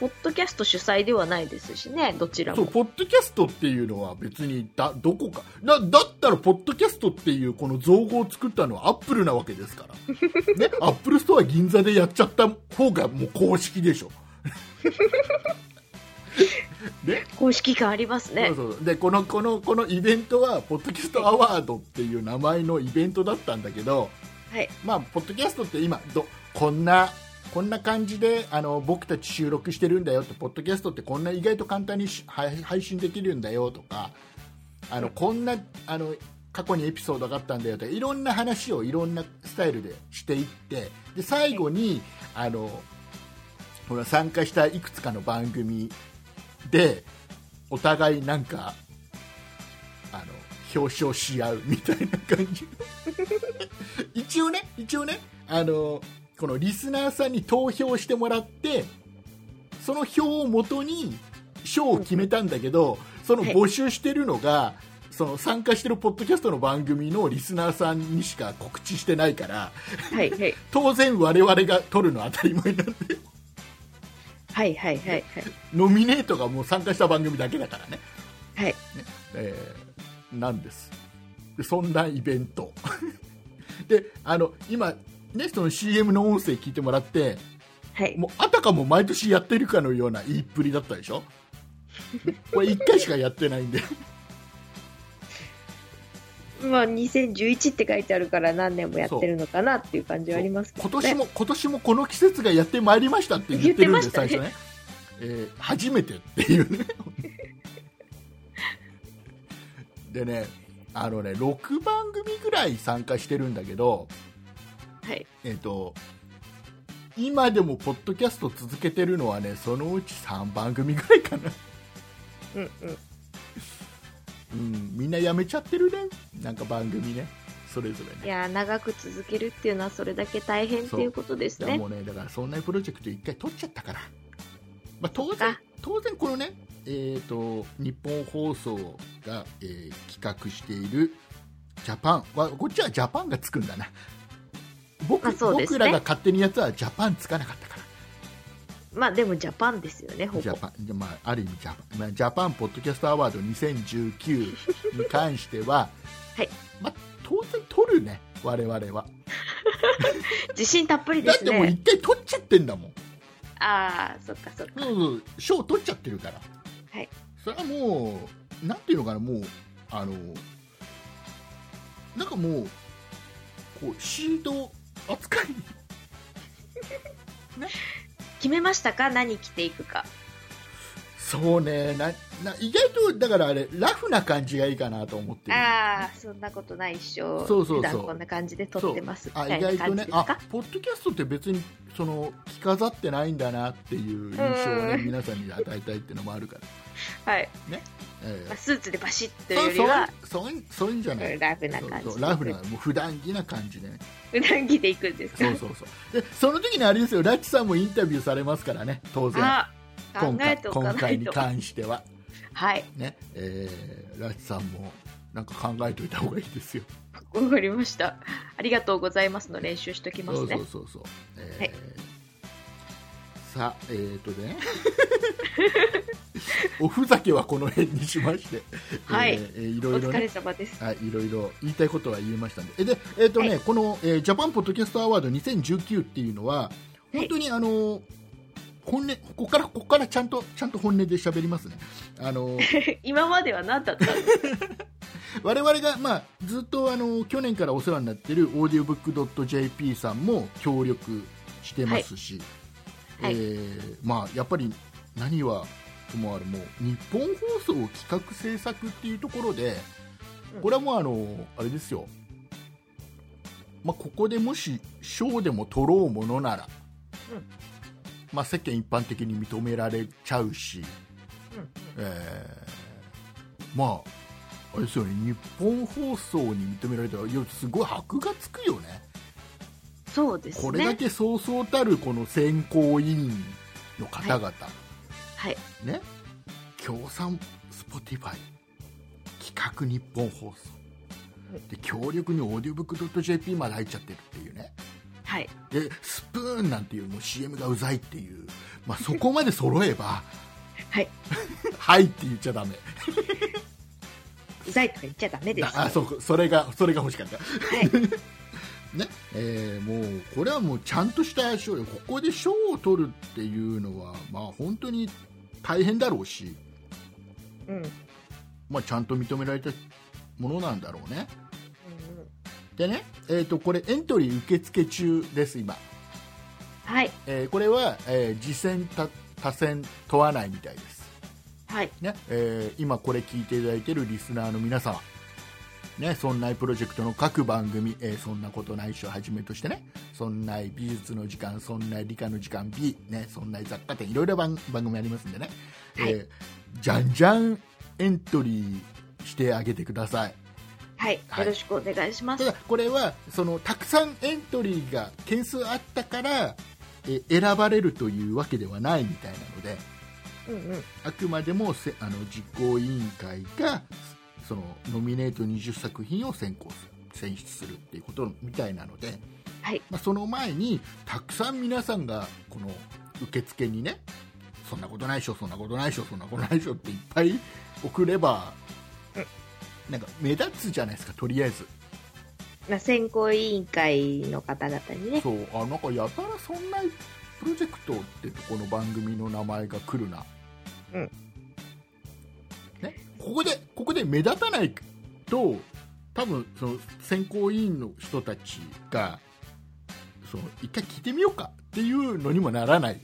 [SPEAKER 3] ポッドキャスト主催ではないですしねどちら
[SPEAKER 2] そう
[SPEAKER 3] も
[SPEAKER 2] ポッドキャストっていうのは別にだどこかだだったらポッドキャストっていうこの造語を作ったのはアップルなわけですからねアップルストア銀座でやっちゃった方がもう公式でしょ
[SPEAKER 3] 公式感ありますね
[SPEAKER 2] そうそうそうでこのこのこのイベントはポッドキャストアワードっていう名前のイベントだったんだけど、
[SPEAKER 3] はい
[SPEAKER 2] まあ、ポッドキャストって今どこんなこんな感じであの僕たち収録してるんだよってポッドキャストってこんな意外と簡単にし配配信できるんだよとかあのこんなあの過去にエピソードがあったんだよとかいろんな話をいろんなスタイルでしていってで最後にあのほら参加したいくつかの番組でお互いなんかあの表彰し合うみたいな感じ一応ね一応ねあのこのリスナーさんに投票してもらってその票をもとに賞を決めたんだけどその募集してるのがその参加してるポッドキャストの番組のリスナーさんにしか告知してないから
[SPEAKER 3] はいはい
[SPEAKER 2] 当然我々が取るのは当たり前なんで
[SPEAKER 3] はいはいはいはい
[SPEAKER 2] ノミネートがもう参加した番組だけだからね
[SPEAKER 3] はい
[SPEAKER 2] えーなんですでそんなイベント であの今ねその CM の音声聞いてもらって
[SPEAKER 3] はい
[SPEAKER 2] もうあたかも毎年やってるかのような言いっぷりだったでしょ これ1回しかやってないんで
[SPEAKER 3] まあ2011って書いてあるから何年もやってるのかなっていう感じはありますけ
[SPEAKER 2] 今
[SPEAKER 3] ど
[SPEAKER 2] 年
[SPEAKER 3] ね
[SPEAKER 2] も今年もこの季節がやってまいりましたって言ってるんで、
[SPEAKER 3] 言ってま
[SPEAKER 2] 最
[SPEAKER 3] した
[SPEAKER 2] 初ね、えー初めてっていうねでねあのね6番組ぐらい参加してるんだけど
[SPEAKER 3] はい
[SPEAKER 2] えっ、と今でもポッドキャスト続けてるのはねそのうち3番組ぐらいかな、
[SPEAKER 3] うんうん
[SPEAKER 2] うん、みんなやめちゃってるねなんか番組ねそれぞれね
[SPEAKER 3] いやー長く続けるっていうのはそれだけ大変っていうことです
[SPEAKER 2] だから
[SPEAKER 3] ね
[SPEAKER 2] もうねだからそんなプロジェクト一回取っちゃったから、まあ、当然
[SPEAKER 3] か
[SPEAKER 2] 当然このねえー、と日本放送が、えー企画しているジャパンはこっちはジャパンがつくんだな僕,、
[SPEAKER 3] まあそうです
[SPEAKER 2] 僕
[SPEAKER 3] ね
[SPEAKER 2] らが勝手にやったらジャパンつかなかったから
[SPEAKER 3] まあでもジャパンですよねほ
[SPEAKER 2] ジャ
[SPEAKER 3] ぼ
[SPEAKER 2] パン、まあ、ある意味ジャパン、まあ、ジャパンポッドキャストアワード2019に関しては、
[SPEAKER 3] はい
[SPEAKER 2] まあ、当然取るね、我々は。
[SPEAKER 3] 自信たっぷりで
[SPEAKER 2] だっ
[SPEAKER 3] す
[SPEAKER 2] てもう
[SPEAKER 3] ね
[SPEAKER 2] 一回取っちゃってんだもん。
[SPEAKER 3] ああそっかそっか
[SPEAKER 2] うん、賞取っちゃってるから。
[SPEAKER 3] はい
[SPEAKER 2] それはもう、なんていうのかな、もう、あの、なんかもう、こう、シード扱い、
[SPEAKER 3] 決めましたか何着ていくか
[SPEAKER 2] そうね、な、な、意外と、だからあれ、ラフな感じがいいかなと思ってる。
[SPEAKER 3] ああそんなことないっしょ
[SPEAKER 2] そうそうそう
[SPEAKER 3] 普段こんな感じで撮ってますみ
[SPEAKER 2] あ
[SPEAKER 3] た
[SPEAKER 2] 意
[SPEAKER 3] い
[SPEAKER 2] 外
[SPEAKER 3] な
[SPEAKER 2] と
[SPEAKER 3] 感じで
[SPEAKER 2] ね
[SPEAKER 3] す
[SPEAKER 2] あ
[SPEAKER 3] か
[SPEAKER 2] ポッドキャストって別にその着飾ってないんだなっていう印象を、ね、
[SPEAKER 3] うん
[SPEAKER 2] 皆さんに与えたいっていうのもあるから、
[SPEAKER 3] はい
[SPEAKER 2] え
[SPEAKER 3] まあ
[SPEAKER 2] え
[SPEAKER 3] スーツでバシッと
[SPEAKER 2] そ
[SPEAKER 3] いううよりは
[SPEAKER 2] そうそうそういうんじゃない
[SPEAKER 3] ラフな感
[SPEAKER 2] そう
[SPEAKER 3] じ
[SPEAKER 2] そうラフなもう普段着な感じで、 ね、
[SPEAKER 3] 普段着でいくんですか
[SPEAKER 2] そうそうそうでその時にあれですよラッチさんもインタビューされますからね当然
[SPEAKER 3] あ考
[SPEAKER 2] 今
[SPEAKER 3] え
[SPEAKER 2] 回
[SPEAKER 3] ておか
[SPEAKER 2] 今
[SPEAKER 3] な
[SPEAKER 2] 回
[SPEAKER 3] い
[SPEAKER 2] に
[SPEAKER 3] と
[SPEAKER 2] 関しては、
[SPEAKER 3] はい
[SPEAKER 2] ねええラッチさんもなんか考えておいた方がいいですよ
[SPEAKER 3] わかりましたありがとうございますの練習しときます
[SPEAKER 2] そう
[SPEAKER 3] ね
[SPEAKER 2] そうそうそう、えー
[SPEAKER 3] はい
[SPEAKER 2] さあえー、とね おふざけはこの辺にしまして、
[SPEAKER 3] はい
[SPEAKER 2] えーえーい
[SPEAKER 3] お
[SPEAKER 2] ろいろ
[SPEAKER 3] 疲れ
[SPEAKER 2] ね
[SPEAKER 3] 様です
[SPEAKER 2] はい、いろいろ言いたいことは言えましたんで、えで、えっ、とね、
[SPEAKER 3] は
[SPEAKER 2] この、えージャパンポッドキャストアワード2019っていうのは、本当にあのー本音、ここから、ここからちゃんと、ちゃんと本音で喋りますね。あのー、
[SPEAKER 3] 今までは何だったんです
[SPEAKER 2] 我々が、まあ、ずっとあの去年からお世話になっているオーディオブックドット JP さんも協力してますし、
[SPEAKER 3] はい
[SPEAKER 2] えーまあ、やっぱり何はともあるもう日本放送企画制作っていうところでこれはもうあのあれですよ、まあ、ここでもし賞でも取ろうものなら、
[SPEAKER 3] うん
[SPEAKER 2] まあ、世間一般的に認められちゃうし、
[SPEAKER 3] うん
[SPEAKER 2] えーまああれですよね日本放送に認められたらいやすごい箔がつくよね
[SPEAKER 3] そうですね。
[SPEAKER 2] これだけそうそうたるこの選考委員の方々、
[SPEAKER 3] はい。
[SPEAKER 2] ね共産スポティファイ企画日本放送
[SPEAKER 3] はい
[SPEAKER 2] で強力にオーディオブックドット JP まで入っちゃってるっていうね
[SPEAKER 3] はい。
[SPEAKER 2] でスプーンなんていうもう CM がうざいっていう、まあ、そこまで揃えば
[SPEAKER 3] はい
[SPEAKER 2] 「 はい」って言っちゃダメ
[SPEAKER 3] うざいとか言っちゃダメで
[SPEAKER 2] だ
[SPEAKER 3] す。
[SPEAKER 2] あそうそれがそれが欲しかった
[SPEAKER 3] はい。
[SPEAKER 2] ねえーもうこれはもうちゃんとした賞よここで賞を取るっていうのはまあ本当に大変だろうし、
[SPEAKER 3] うん。うん
[SPEAKER 2] まあ、ちゃんと認められたものなんだろうねでね、えー、とこれエントリー受付中です今、
[SPEAKER 3] はい。
[SPEAKER 2] えーこれは、えー次戦た他戦問わないみたいです、
[SPEAKER 3] はい。
[SPEAKER 2] ねえー今これ聞いていただいているリスナーの皆様ね、そんないプロジェクトの各番組、えーそんなことないっしょはじめとしてね、そんない美術の時間、そんない理科の時間、美、ね、そんない雑貨店、いろいろ番番組ありますんでね、
[SPEAKER 3] はい
[SPEAKER 2] えーじゃんじゃんエントリーしてあげてください。
[SPEAKER 3] はい。
[SPEAKER 2] はい
[SPEAKER 3] よろしくお願いしま
[SPEAKER 2] た
[SPEAKER 3] す。
[SPEAKER 2] だこれはそのたくさんエントリーが件数あったからえ選ばれるというわけではないみたいなので
[SPEAKER 3] うんうん。
[SPEAKER 2] あくまでもせあの実行委員会がそのノミネート20作品を選考する選出するっていうことみたいなので、
[SPEAKER 3] はい
[SPEAKER 2] まあ、その前にたくさん皆さんがこの受付にねそんなことないでしょそんなことないでしょそんなことないでしょっていっぱい送れば、なんか目立つじゃないですかとりあえず。
[SPEAKER 3] まあ、選考委員会の方々にね。
[SPEAKER 2] そうあなんかやたらそんなプロジェクトってとこの番組の名前が来るな、
[SPEAKER 3] うん
[SPEAKER 2] ね、ここでここで目立たないと多分その選考委員の人たちがその一回聞いてみようかっていうのにもなら ない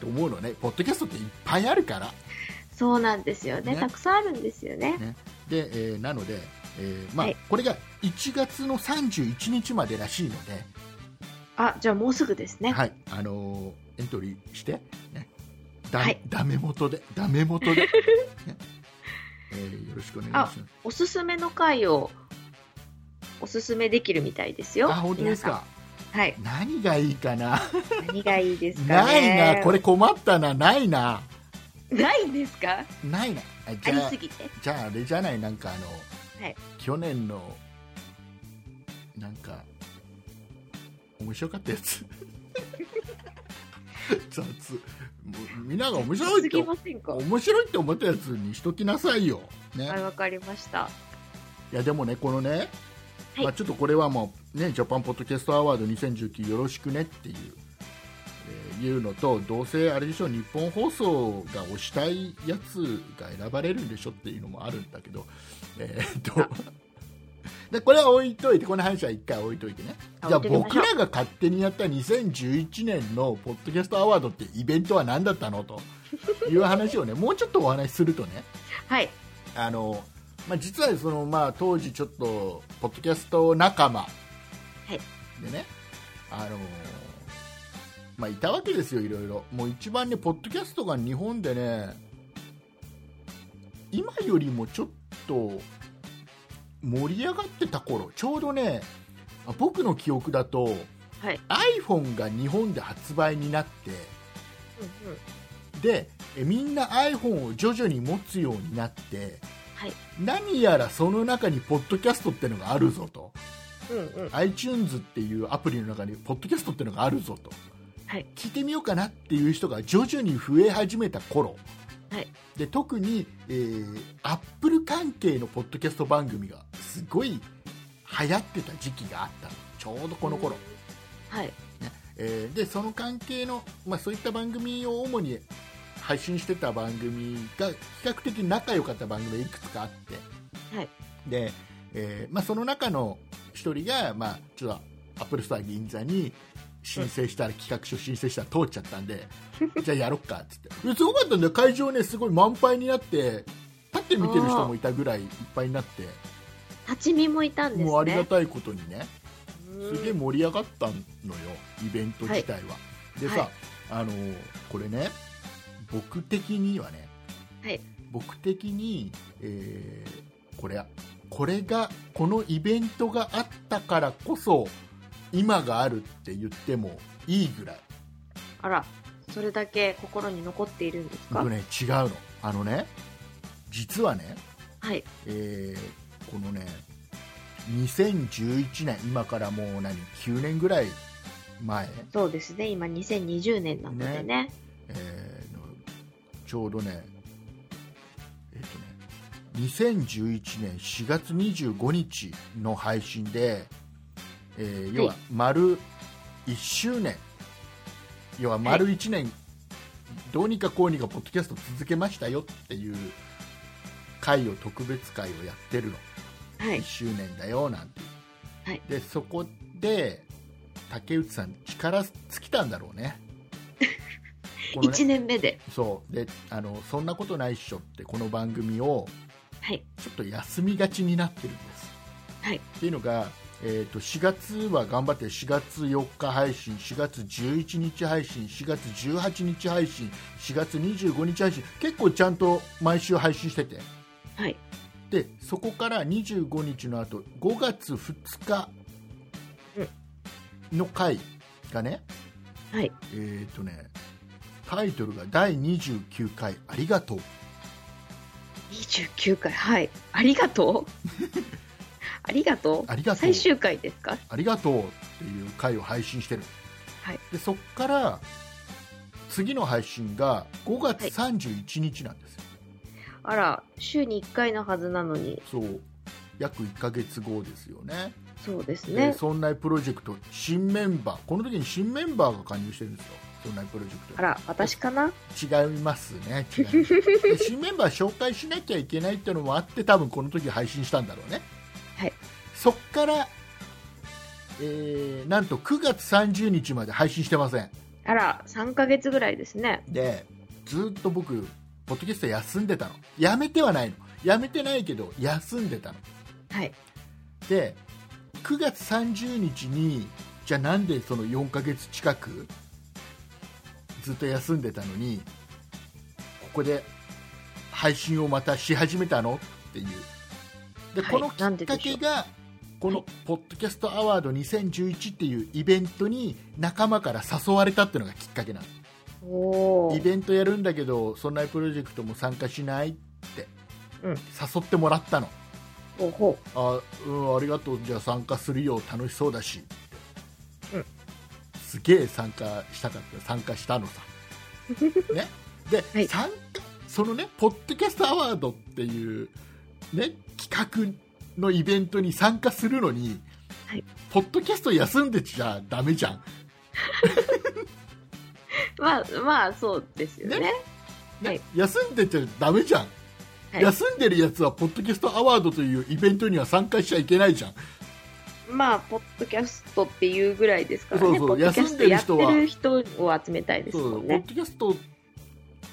[SPEAKER 2] と思うのねポッドキャストっていっぱいあるから
[SPEAKER 3] そうなんですよね。
[SPEAKER 2] ね
[SPEAKER 3] たくさんあるんですよね。
[SPEAKER 2] で、えーなので、えーまあ
[SPEAKER 3] はい
[SPEAKER 2] これが1月の31日までらしいので、
[SPEAKER 3] あ、じゃあもうすぐですね。
[SPEAKER 2] はい、あのーエントリーして、ね、だ、
[SPEAKER 3] はい
[SPEAKER 2] ダメ元で、ダメ元 で、ねえーよろしくお願いします。
[SPEAKER 3] おすすめの回をおすすめできるみたいですよ。
[SPEAKER 2] あ、本当ですか。
[SPEAKER 3] 皆さん。はい。
[SPEAKER 2] 何がいいかな。
[SPEAKER 3] 何がいいですか
[SPEAKER 2] な
[SPEAKER 3] ね。
[SPEAKER 2] いな、こ
[SPEAKER 3] れ。
[SPEAKER 2] れ困ったな、ないな、
[SPEAKER 3] ないんですか
[SPEAKER 2] ないな。あ
[SPEAKER 3] あ
[SPEAKER 2] じ
[SPEAKER 3] り
[SPEAKER 2] ゃあ
[SPEAKER 3] す、ぎて。
[SPEAKER 2] じゃあ、あれじゃない、なんか、あの、
[SPEAKER 3] はい
[SPEAKER 2] 去年の。なんか。面白かったやつ。 雑。もうみんなが面白い
[SPEAKER 3] す
[SPEAKER 2] って
[SPEAKER 3] ぎませんか
[SPEAKER 2] 面白いって思ったやつにしときなさいよ。ね。
[SPEAKER 3] はい、わかりました。
[SPEAKER 2] いやでもね、このね、
[SPEAKER 3] はい
[SPEAKER 2] まあ、ちょっとこれはもう、ね、ジャパンポッドキャストアワード2019よろしくねっていう,、えーいうのと、どうせあれでしょ、日本放送が推したいやつが選ばれるんでしょっていうのもあるんだけど、えーっと でこれは置いといて、この話は一回置いといてね、
[SPEAKER 3] あ
[SPEAKER 2] じゃあ
[SPEAKER 3] 置いときまし
[SPEAKER 2] 僕
[SPEAKER 3] ょう
[SPEAKER 2] らが勝手にやった2011年のポッドキャストアワードってイベントは何だったのという話をね、もうちょっとお話しするとね、
[SPEAKER 3] はい。
[SPEAKER 2] あの、まあ、実はその、まあ、当時ちょっとポッドキャスト仲間でね、あのまあ、いたわけですよいろいろもう一番ねポッドキャストが日本でね今よりもちょっと盛り上がってた頃ちょうどねあ僕の記憶だと、
[SPEAKER 3] はい
[SPEAKER 2] iPhone が日本で発売になって
[SPEAKER 3] うんうん
[SPEAKER 2] でえみんな iPhone を徐々に持つようになって、
[SPEAKER 3] はい
[SPEAKER 2] 何やらその中にポッドキャストってのがあるぞと
[SPEAKER 3] うんうん
[SPEAKER 2] iTunes っていうアプリの中にポッドキャストってのがあるぞと、
[SPEAKER 3] はい
[SPEAKER 2] 聞いてみようかなっていう人が徐々に増え始めた頃、
[SPEAKER 3] はい
[SPEAKER 2] で特に、えー、アップル関係のポッドキャスト番組がすごい流行ってた時期があったのちょうどこの頃、
[SPEAKER 3] はい。
[SPEAKER 2] えーでその関係の、まあ、そういった番組を主に配信してた番組が比較的仲良かった番組がいくつかあって、
[SPEAKER 3] はい
[SPEAKER 2] でえーまあ、その中の一人が、まあ、ちょっとアップルストア銀座に申請したら企画書申請したら通っちゃったん でじゃあやろっかっつってですごかったんだよ会場ねすごい満杯になって立って見てる人もいたぐらいいっぱいになって
[SPEAKER 3] 立ち見もいたんですね。
[SPEAKER 2] もうありがたいことにね
[SPEAKER 3] うん
[SPEAKER 2] すげえ盛り上がったのよイベント自体は、でさ、
[SPEAKER 3] はい
[SPEAKER 2] あのこれね僕的にはね、
[SPEAKER 3] はい
[SPEAKER 2] 僕的に、えーこれこれがこのイベントがあったからこそ今があるって言ってもいいぐらい
[SPEAKER 3] あら、それだけ心に残っているんですか
[SPEAKER 2] 僕ね違うのあのね実はね、
[SPEAKER 3] はい。
[SPEAKER 2] えーこのね2011年今からもう何9年ぐらい前、
[SPEAKER 3] そうですね、今2020年なのでね。
[SPEAKER 2] えーのちょうどね,、えっとね2011年4月25日の配信で、えー要は
[SPEAKER 3] はい
[SPEAKER 2] 丸1周年、要は丸1年、どうにかこうにかポッドキャスト続けましたよっていう会を特別会をやってるの。
[SPEAKER 3] はい
[SPEAKER 2] 1。周年だよなんて、
[SPEAKER 3] はい
[SPEAKER 2] でそこで竹内さん力尽きたんだろう ねこのね
[SPEAKER 3] 1年目で。
[SPEAKER 2] そうであのそんなことないっしょってこの番組を
[SPEAKER 3] はい。
[SPEAKER 2] ちょっと休みがちになってるんです、
[SPEAKER 3] はい
[SPEAKER 2] っていうのが、えー、と4月は頑張って4月4日配信4月11日配信4月18日配信4月25日配信結構ちゃんと毎週配信してて
[SPEAKER 3] はい。
[SPEAKER 2] でそこから25日の後5月2日の回がね、
[SPEAKER 3] はい。
[SPEAKER 2] えー、とねタイトルが「第29回ありがとう
[SPEAKER 3] 29回。はい。あり がとうありがとう
[SPEAKER 2] ありがとう
[SPEAKER 3] 最終回ですか
[SPEAKER 2] ありがとう」っていう回を配信してる、
[SPEAKER 3] はい
[SPEAKER 2] でそっから次の配信が5月
[SPEAKER 3] はい
[SPEAKER 2] 31日なんですよ、
[SPEAKER 3] あら、週に1回のはずなのに、
[SPEAKER 2] そう約1ヶ月後ですよね
[SPEAKER 3] そうです
[SPEAKER 2] えー
[SPEAKER 3] ね。
[SPEAKER 2] そんなプロジェクト新メンバーこの時に新メンバーが加入してるんですよそんなプロジェクトに
[SPEAKER 3] あら、私かな
[SPEAKER 2] 違いますね違います で新メンバー紹介しなきゃいけないっていうのもあって多分この時配信したんだろうね
[SPEAKER 3] はい
[SPEAKER 2] そっから、えーなんと9月30日まで配信してません
[SPEAKER 3] あら、3ヶ月ぐらいですね。
[SPEAKER 2] でずっと僕ポッドキャスト休んでたのやめてはないのやめてないけど休んでたの
[SPEAKER 3] はい。
[SPEAKER 2] で9月30日にじゃあなんでその4ヶ月近くずっと休んでたのにここで配信をまたし始めたのっていうで、
[SPEAKER 3] はい
[SPEAKER 2] このき
[SPEAKER 3] なん
[SPEAKER 2] っ
[SPEAKER 3] で
[SPEAKER 2] か
[SPEAKER 3] でし
[SPEAKER 2] け
[SPEAKER 3] ょう
[SPEAKER 2] がこの「ポッドキャストアワード2011」っていうイベントに仲間から誘われたっていうのがきっかけなの
[SPEAKER 3] お
[SPEAKER 2] イ
[SPEAKER 3] ー。
[SPEAKER 2] ベントやるんだけどそんなプロジェクトも参加しないって
[SPEAKER 3] うん
[SPEAKER 2] 誘ってもらったの
[SPEAKER 3] ほうほう
[SPEAKER 2] あうんありがとうじゃあ参加するよ楽しそうだし、
[SPEAKER 3] うん
[SPEAKER 2] すげえ参加したかった参加したの さねで、
[SPEAKER 3] はい
[SPEAKER 2] 参加そのねポッドキャストアワードっていうね企画のイベントに参加するのに、
[SPEAKER 3] はい
[SPEAKER 2] ポッドキャスト休んでちゃダメじゃん
[SPEAKER 3] まあ、まあ、そうですよ
[SPEAKER 2] ね
[SPEAKER 3] ね
[SPEAKER 2] ね
[SPEAKER 3] はい
[SPEAKER 2] 休んでちゃダメじゃん、
[SPEAKER 3] はい
[SPEAKER 2] 休んでるやつはポッドキャストアワードというイベントには参加しちゃいけないじゃん
[SPEAKER 3] まあ、ポッドキャストっていうぐらいですからね、
[SPEAKER 2] そうそう
[SPEAKER 3] ポッドキャストやってる人を集めたいです
[SPEAKER 2] そう
[SPEAKER 3] もん
[SPEAKER 2] ポッ
[SPEAKER 3] ね
[SPEAKER 2] ド。キャスト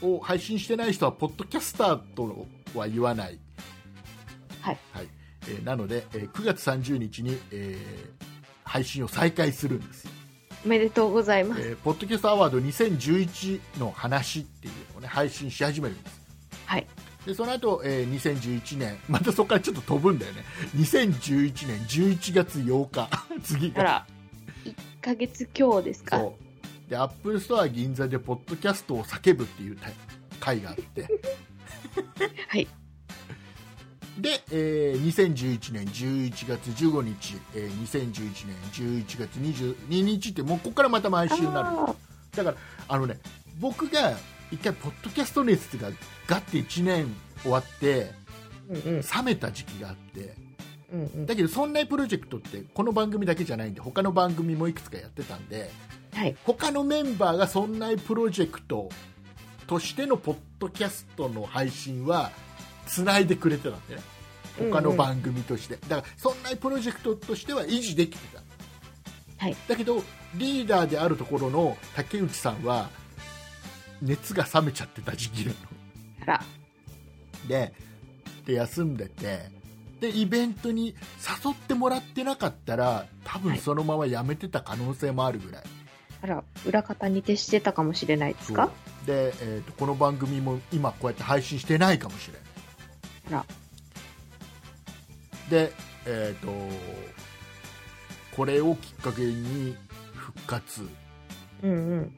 [SPEAKER 2] を配信してない人はポッドキャスターとは言わない、
[SPEAKER 3] はい
[SPEAKER 2] えーなので、えー9月30日に、えー配信を再開するんです、
[SPEAKER 3] おめでとうございます。
[SPEAKER 2] えーポッドキャストアワード2011の話っていうのを、ね、配信し始めるんです
[SPEAKER 3] はい。
[SPEAKER 2] でその後、えー2011年またそこからちょっと飛ぶんだよね2011年11月8日 次
[SPEAKER 3] あ
[SPEAKER 2] が
[SPEAKER 3] ら、1ヶ月強ですか。
[SPEAKER 2] そうでアップルストア銀座でポッドキャストを叫ぶっていうた会があって
[SPEAKER 3] はい。
[SPEAKER 2] で、えー2011年11月15日、えー2011年11月22日ってもうここからまた毎週になる
[SPEAKER 3] あ
[SPEAKER 2] だからあのね僕が一回ポッドキャスト熱がガッて1年終わって
[SPEAKER 3] ーうんうん
[SPEAKER 2] 冷めた時期があって
[SPEAKER 3] うんうん。
[SPEAKER 2] だけどそんなプロジェクトってこの番組だけじゃないんで他の番組もいくつかやってたんで
[SPEAKER 3] はい。
[SPEAKER 2] 他のメンバーがそんなプロジェクトとしてのポッドキャストの配信はつないでくれてたんでね他の番組として、だからそんなプロジェクトとしては維持できてた
[SPEAKER 3] はい
[SPEAKER 2] だけどリーダーであるところの竹内さんは熱が冷めちゃってた時期なの
[SPEAKER 3] あら、
[SPEAKER 2] でで休んでてでイベントに誘ってもらってなかったら多分そのまま辞めてた可能性もあるぐらい、
[SPEAKER 3] あら、裏方に徹してたかもしれないですか
[SPEAKER 2] そうで、えー、とこの番組も今こうやって配信してないかもしれ
[SPEAKER 3] あ
[SPEAKER 2] ない
[SPEAKER 3] ら
[SPEAKER 2] でえっ、とこれをきっかけに復活
[SPEAKER 3] うんうん。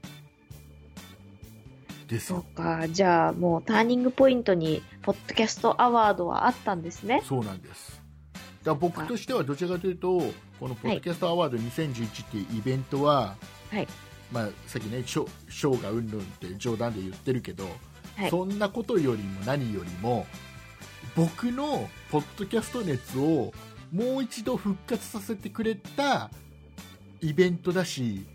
[SPEAKER 2] です
[SPEAKER 3] そう
[SPEAKER 2] よ
[SPEAKER 3] か、じゃあもうターニングポイントに、ポッドキャストアワードはあったんですね。
[SPEAKER 2] そうなんですだから僕としてはどちらかというとこの「ポッドキャストアワード2011」っていうイベントは、
[SPEAKER 3] はい
[SPEAKER 2] まあ、さっきね賞賞がうんぬんって冗談で言ってるけど、
[SPEAKER 3] はい
[SPEAKER 2] そんなことよりも何よりも僕のポッドキャスト熱をもう一度復活させてくれたイベントだし、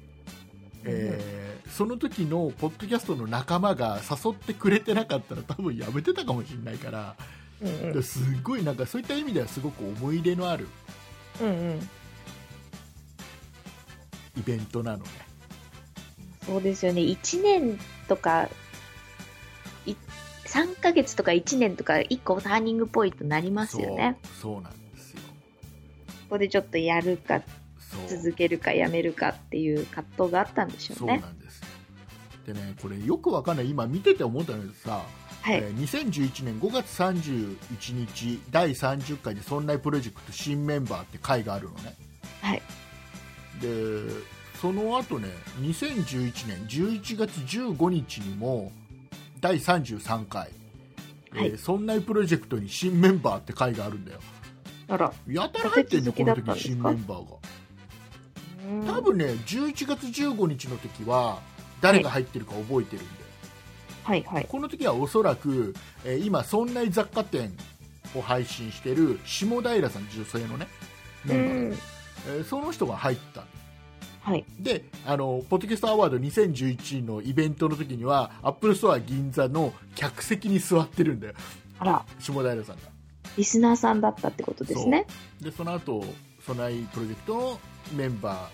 [SPEAKER 2] えーその時のポッドキャストの仲間が誘ってくれてなかったら多分やめてたかもしれないから。
[SPEAKER 3] うんう
[SPEAKER 2] で。すごいなんかそういった意味ではすごく思い入れのある
[SPEAKER 3] うんうん。
[SPEAKER 2] イベントなのね
[SPEAKER 3] そうですよね、1年とか、い3ヶ月とか1年とか、1個ターニングポイントになりますよね。
[SPEAKER 2] そうそうなんですよ
[SPEAKER 3] ここでちょっとやるか、
[SPEAKER 2] そう
[SPEAKER 3] 続けるか、やめるかっていう葛藤があったんでしょ
[SPEAKER 2] そうう
[SPEAKER 3] ね。
[SPEAKER 2] なんですよでねこれよくわかんない今見てて思ったんだけどさ、
[SPEAKER 3] はい、
[SPEAKER 2] えー2011年5月31日第30回で「そんなプロジェクト新メンバー」って回があるのね
[SPEAKER 3] はい
[SPEAKER 2] でその後ね2011年11月15日にも第33回、
[SPEAKER 3] は
[SPEAKER 2] えー
[SPEAKER 3] い
[SPEAKER 2] そんなプロジェクトに新メンバーって回があるんだよ
[SPEAKER 3] あら、
[SPEAKER 2] やたら入ってんねこの時新メ
[SPEAKER 3] 立て続けだったんですか
[SPEAKER 2] ンバーが
[SPEAKER 3] うん
[SPEAKER 2] 多分ね11月15日の時は誰が入ってるか覚えてるんで、
[SPEAKER 3] はいはい。
[SPEAKER 2] この時はおそらく、えー今「そんな雑貨店」を配信してる下平さん女性のねメンバー
[SPEAKER 3] うん
[SPEAKER 2] えーその人が入った
[SPEAKER 3] はい、
[SPEAKER 2] であのポッドキャストアワード2011のイベントの時にはアップルストア銀座の客席に座ってるんだよ
[SPEAKER 3] あら、
[SPEAKER 2] 下平さんが
[SPEAKER 3] リスナーさんだったってことですね。
[SPEAKER 2] でその後ソナイプロジェクトのメンバ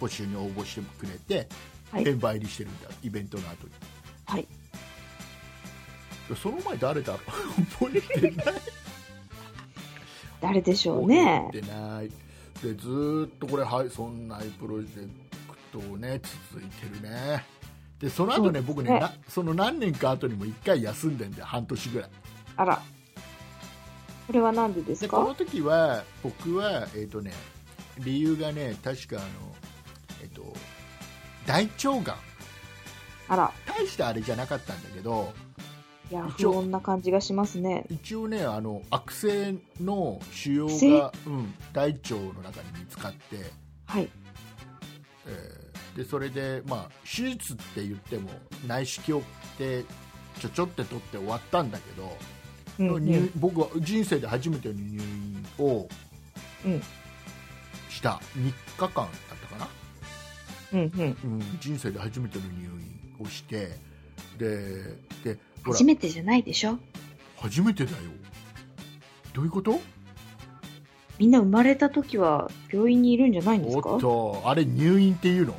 [SPEAKER 2] ー募集に応募してくれて、
[SPEAKER 3] はい
[SPEAKER 2] メンバー入りしてるんだイベントの後に
[SPEAKER 3] はい
[SPEAKER 2] その前誰だろう覚えてない
[SPEAKER 3] 誰でしょう
[SPEAKER 2] 覚
[SPEAKER 3] ね。
[SPEAKER 2] えてないでずーっとこれはいそんなプロジェクトをね続いてるねでその後ね僕ね
[SPEAKER 3] はい
[SPEAKER 2] なその何年か後にも1回休んでんだよ半年ぐらい
[SPEAKER 3] あら、これはなんでです
[SPEAKER 2] でこの
[SPEAKER 3] か
[SPEAKER 2] 時は僕はえっ、とね理由がね確かあのえっ、と大腸がん
[SPEAKER 3] あら、
[SPEAKER 2] 大したあれじゃなかったんだけど
[SPEAKER 3] いや、
[SPEAKER 2] 一応
[SPEAKER 3] 不穏な感じがしますね。
[SPEAKER 2] 一応ねあの悪性の腫
[SPEAKER 3] 悪
[SPEAKER 2] 瘍
[SPEAKER 3] 性
[SPEAKER 2] が、うん、大腸の中に見つかって、
[SPEAKER 3] はい、
[SPEAKER 2] えーでそれで、まあ、手術って言っても内視鏡ってちょちょって取って終わったんだけど、
[SPEAKER 3] うんう
[SPEAKER 2] 入
[SPEAKER 3] ん、
[SPEAKER 2] 僕は人生で初めての入院を
[SPEAKER 3] うん
[SPEAKER 2] した3日間だったかな、
[SPEAKER 3] うん、うん。
[SPEAKER 2] うん、人生で初めての入院をしてででほら
[SPEAKER 3] 初めてじゃないでしょ
[SPEAKER 2] 初めてだよどういうこと
[SPEAKER 3] みんな生まれた時は病院にいるんじゃないんです
[SPEAKER 2] お
[SPEAKER 3] か
[SPEAKER 2] っとあれ入院っていうの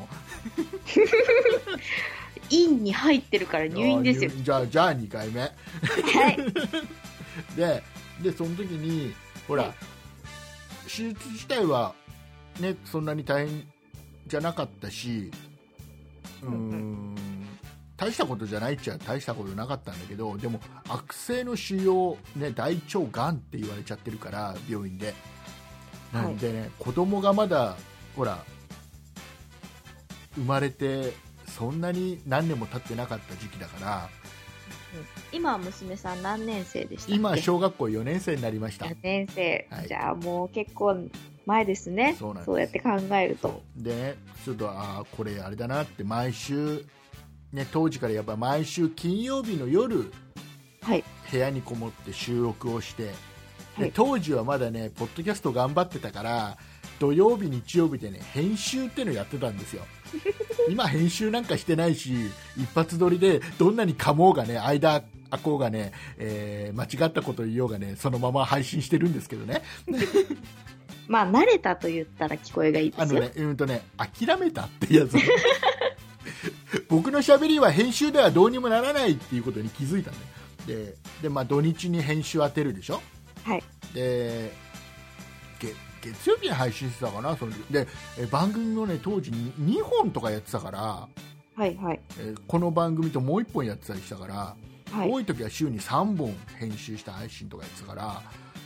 [SPEAKER 3] 院に入ってるから入院です
[SPEAKER 2] あー
[SPEAKER 3] よ
[SPEAKER 2] 入院じゃあじゃあ2回目
[SPEAKER 3] はい
[SPEAKER 2] ででその時にほら、
[SPEAKER 3] はい
[SPEAKER 2] 手術自体は、ね、そんなに大変じゃなかったしうーん、
[SPEAKER 3] うんう
[SPEAKER 2] 大したことじゃないっちゃ大したことなかったんだけどでも悪性の腫瘍、ね、大腸がんって言われちゃってるから病院で
[SPEAKER 3] は
[SPEAKER 2] ないんでね、子供がまだほら生まれてそんなに何年も経ってなかった時期だから
[SPEAKER 3] 今は娘さん何年生でしたっけ
[SPEAKER 2] 今小学校4年生になりました
[SPEAKER 3] 4年生、
[SPEAKER 2] はい
[SPEAKER 3] じゃあもう結構前ですね
[SPEAKER 2] そうなんです
[SPEAKER 3] やって考えると
[SPEAKER 2] そうでねちょっとあーこれあれだなって毎週、ね、当時からやっぱ毎週金曜日の夜
[SPEAKER 3] はい
[SPEAKER 2] 部屋にこもって収録をして、
[SPEAKER 3] は
[SPEAKER 2] で
[SPEAKER 3] い
[SPEAKER 2] 当時はまだねポッドキャスト頑張ってたから土曜日日曜日でね編集ってのやってたんです よ今編集なんかしてないし一発撮りでどんなに噛もうがね間あこうがね、えー間違ったこと言おうがねそのまま配信してるんですけどね
[SPEAKER 3] まあ、慣れたと言ったら聞こえがいいで
[SPEAKER 2] あ
[SPEAKER 3] す
[SPEAKER 2] の
[SPEAKER 3] よ。
[SPEAKER 2] ね、うんとね、諦めたってやつ。 僕の喋りは編集ではどうにもならないっていうことに気づいたんで、で、でまあ土日に編集当てるでしょ。
[SPEAKER 3] はい。
[SPEAKER 2] で、げ月曜日に配信してたかな、そのでえ番組をね当時に2本とかやってたから、
[SPEAKER 3] はいはい。
[SPEAKER 2] えーこの番組ともう1本やってたりしたから、
[SPEAKER 3] はい。
[SPEAKER 2] 多い時は週に3本編集した配信とかやってたから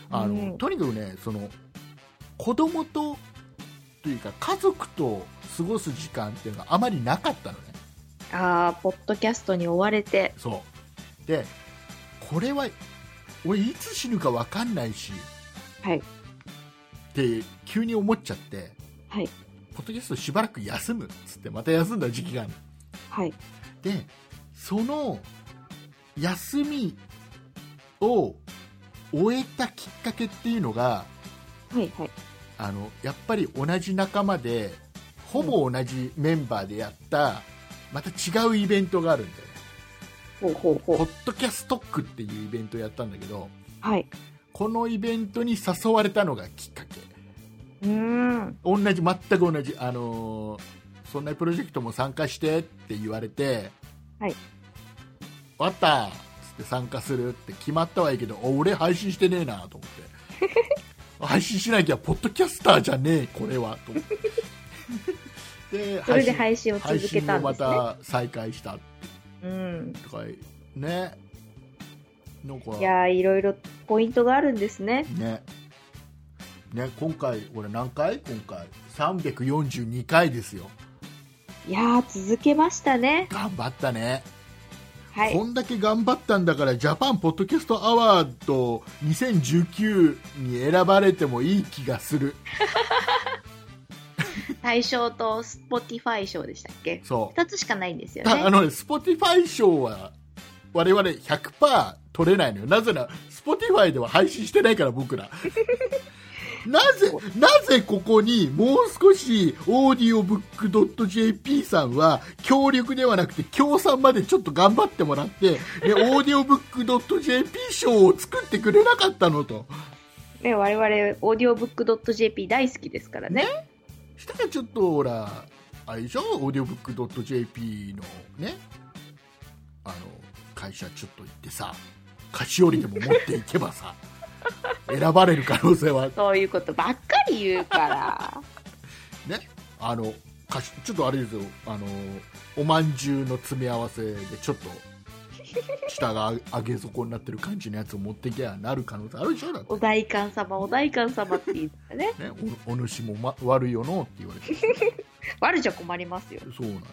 [SPEAKER 2] あの、
[SPEAKER 3] うん
[SPEAKER 2] とにかくねその子供とというか家族と過ごす時間っていうのがあまりなかったのね
[SPEAKER 3] ああ、ポッドキャストに追われて。
[SPEAKER 2] そうでこれは俺いつ死ぬか分かんないし
[SPEAKER 3] はい。
[SPEAKER 2] って急に思っちゃって
[SPEAKER 3] はい。
[SPEAKER 2] ポッドキャストしばらく休むっつってまた休んだ時期がある
[SPEAKER 3] はい。
[SPEAKER 2] でその休みを終えたきっかけっていうのが
[SPEAKER 3] はい。はい。
[SPEAKER 2] あのやっぱり同じ仲間でほぼ同じメンバーでやった、また違うイベントがあるんだよね
[SPEAKER 3] ほうほうほ
[SPEAKER 2] ポ
[SPEAKER 3] う。
[SPEAKER 2] ッドキャストックっていうイベントをやったんだけど
[SPEAKER 3] はい。
[SPEAKER 2] このイベントに誘われたのがきっかけ
[SPEAKER 3] うーん。
[SPEAKER 2] 同じ全く同じあのーそんなプロジェクトも参加してって言われて
[SPEAKER 3] はい
[SPEAKER 2] わかったっつって参加するって決まったはいいけどお俺配信してねえなと思って 配信しなきゃポッドキャスターじゃねえこれはと思ってで
[SPEAKER 3] それで配信を続
[SPEAKER 2] 配
[SPEAKER 3] け
[SPEAKER 2] 信
[SPEAKER 3] た
[SPEAKER 2] を
[SPEAKER 3] んで
[SPEAKER 2] ます
[SPEAKER 3] ね。
[SPEAKER 2] た再開した
[SPEAKER 3] うん。
[SPEAKER 2] とかねなんか
[SPEAKER 3] いやー、いろいろポイントがあるんですね。
[SPEAKER 2] ねね今回これ何回今回342回ですよ
[SPEAKER 3] いやー、続けましたね。
[SPEAKER 2] 頑張ったね、
[SPEAKER 3] はい。
[SPEAKER 2] こんだけ頑張ったんだからジャパンポッドキャストアワード2019に選ばれてもいい気がする
[SPEAKER 3] 大賞と Spotify 賞でしたっけ
[SPEAKER 2] そう
[SPEAKER 3] 二つしかないんですよ
[SPEAKER 2] ああ
[SPEAKER 3] ね。
[SPEAKER 2] のね Spotify 賞は我々100%取れないのよなぜなら Spotify では配信してないから僕 らなぜなぜここにもう少しオーディオブックドット JP さんは協力ではなくて協賛までちょっと頑張ってもらって でオーディオブックドット JP 賞を作ってくれなかったのと
[SPEAKER 3] ね、我々、オーディオブックドット JP 大好きですからね。
[SPEAKER 2] したらちょっとほらあれでしょオーディオブックドット JP のねあの会社ちょっと行ってさ菓子折りでも持っていけばさ 選ばれる可能性は
[SPEAKER 3] そういうことばっかり言うから。
[SPEAKER 2] ねあの菓子ちょっとあれですよあのおまんじゅうの詰め合わせでちょっと下が上げ底になってる感じのやつを持っていけばなる可能性あるでしょだって
[SPEAKER 3] お代官様、お代官様って言ったね。
[SPEAKER 2] ねおお主も、ま、悪いよのって言われて
[SPEAKER 3] 悪じゃ困りますよ。
[SPEAKER 2] そうなんで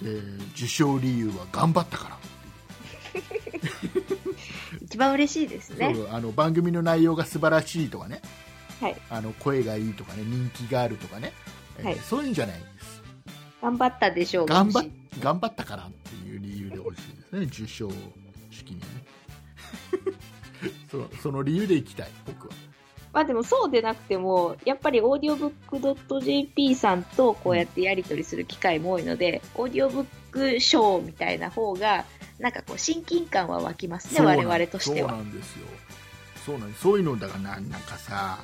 [SPEAKER 2] すよで受賞理由は頑張ったから
[SPEAKER 3] 一番嬉しいですね
[SPEAKER 2] そ。うあの番組の内容が素晴らしいとかね
[SPEAKER 3] はい。
[SPEAKER 2] あの声がいいとかね人気があるとかね、えー
[SPEAKER 3] はい
[SPEAKER 2] そういうんじゃないんです
[SPEAKER 3] 頑張ったでしょうが
[SPEAKER 2] 頑張っ頑張ったからっていう理由で欲しいですね受賞式 にねそのその理由でいきたい僕は
[SPEAKER 3] まあでもそうでなくても、やっぱりオーディオブックドット JP さんとこうやってやり取りする機会も多いので、オーディオブックショーみたいな方が、なんかこう親近感は湧きますね、
[SPEAKER 2] そうなん
[SPEAKER 3] 我々として
[SPEAKER 2] そ
[SPEAKER 3] は。
[SPEAKER 2] うなんですよそうなんですそういうのだからなんなんかさ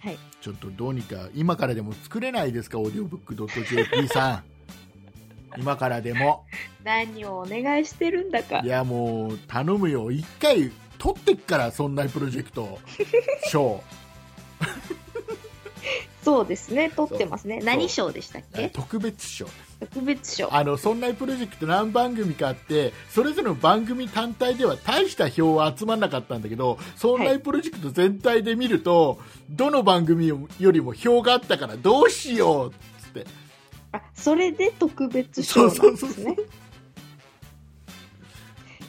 [SPEAKER 3] はい。
[SPEAKER 2] ちょっとどうにか今からでも作れないですかオーディオブックドット JP さ ん今からでも
[SPEAKER 3] 何をお願いしてるんだ か
[SPEAKER 2] い。やもう頼むよ一回取ってっからそんなプロジェクト 賞
[SPEAKER 3] そうですね、撮ってますね。
[SPEAKER 2] う
[SPEAKER 3] 何賞でしたっけ
[SPEAKER 2] 特別賞
[SPEAKER 3] 特別賞。
[SPEAKER 2] あのそんなプロジェクト何番組かあってそれぞれの番組単体では大した票は集まらなかったんだけどそんなプロジェクト全体で見ると、どの番組よりも票があったからどうしようっつって
[SPEAKER 3] あ、それで特別賞なん
[SPEAKER 2] そ
[SPEAKER 3] ですね。そうう
[SPEAKER 2] そうそう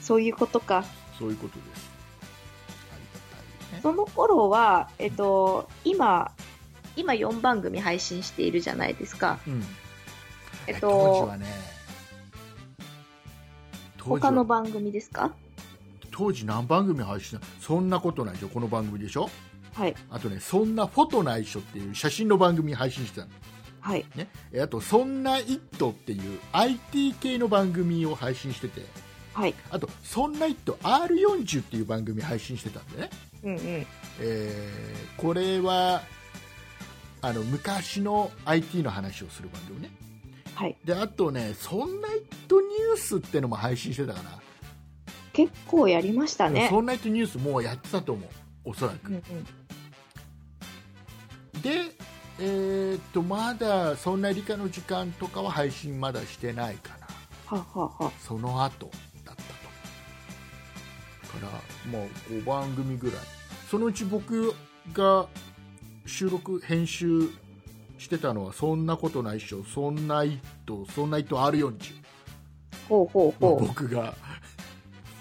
[SPEAKER 2] そ
[SPEAKER 3] いうことか。
[SPEAKER 2] そういうことですありがたいね
[SPEAKER 3] その頃は、えっと、今、今4番組配信しているじゃないですか。
[SPEAKER 2] うん
[SPEAKER 3] えっ
[SPEAKER 2] 当時
[SPEAKER 3] と
[SPEAKER 2] は、ね当時は
[SPEAKER 3] 他の番組ですか
[SPEAKER 2] 当時何番組配信したそんなことないでしょこの番組でしょ
[SPEAKER 3] はい、
[SPEAKER 2] あとね「そんなフォトないしょ」っていう写真の番組配信してたの
[SPEAKER 3] はい、
[SPEAKER 2] ねえあと「そんなイット」っていう IT 系の番組を配信してて
[SPEAKER 3] はい。
[SPEAKER 2] あと「そんなイット R40」っていう番組配信してたんでね、
[SPEAKER 3] うんうん。
[SPEAKER 2] えーこれはあの昔の IT の話をする番組ね
[SPEAKER 3] はい。
[SPEAKER 2] であとね「そんなイットニュース」ってのも配信してたか
[SPEAKER 3] 結構やりました
[SPEAKER 2] ら「
[SPEAKER 3] ね。
[SPEAKER 2] そんなイットニュース」もうやってたと思うおそらく
[SPEAKER 3] うんうん。
[SPEAKER 2] で、えーっとまだ「そんな理科の時間」とかは配信まだしてないかな
[SPEAKER 3] はあ、はあはあ、
[SPEAKER 2] その後だったとだからもう5番組ぐらいそのうち僕が収録編集してたのは「そんなことないっしょ」「そんな一頭」「そんな一頭あるよんち
[SPEAKER 3] ほうほ」うほ
[SPEAKER 2] 僕が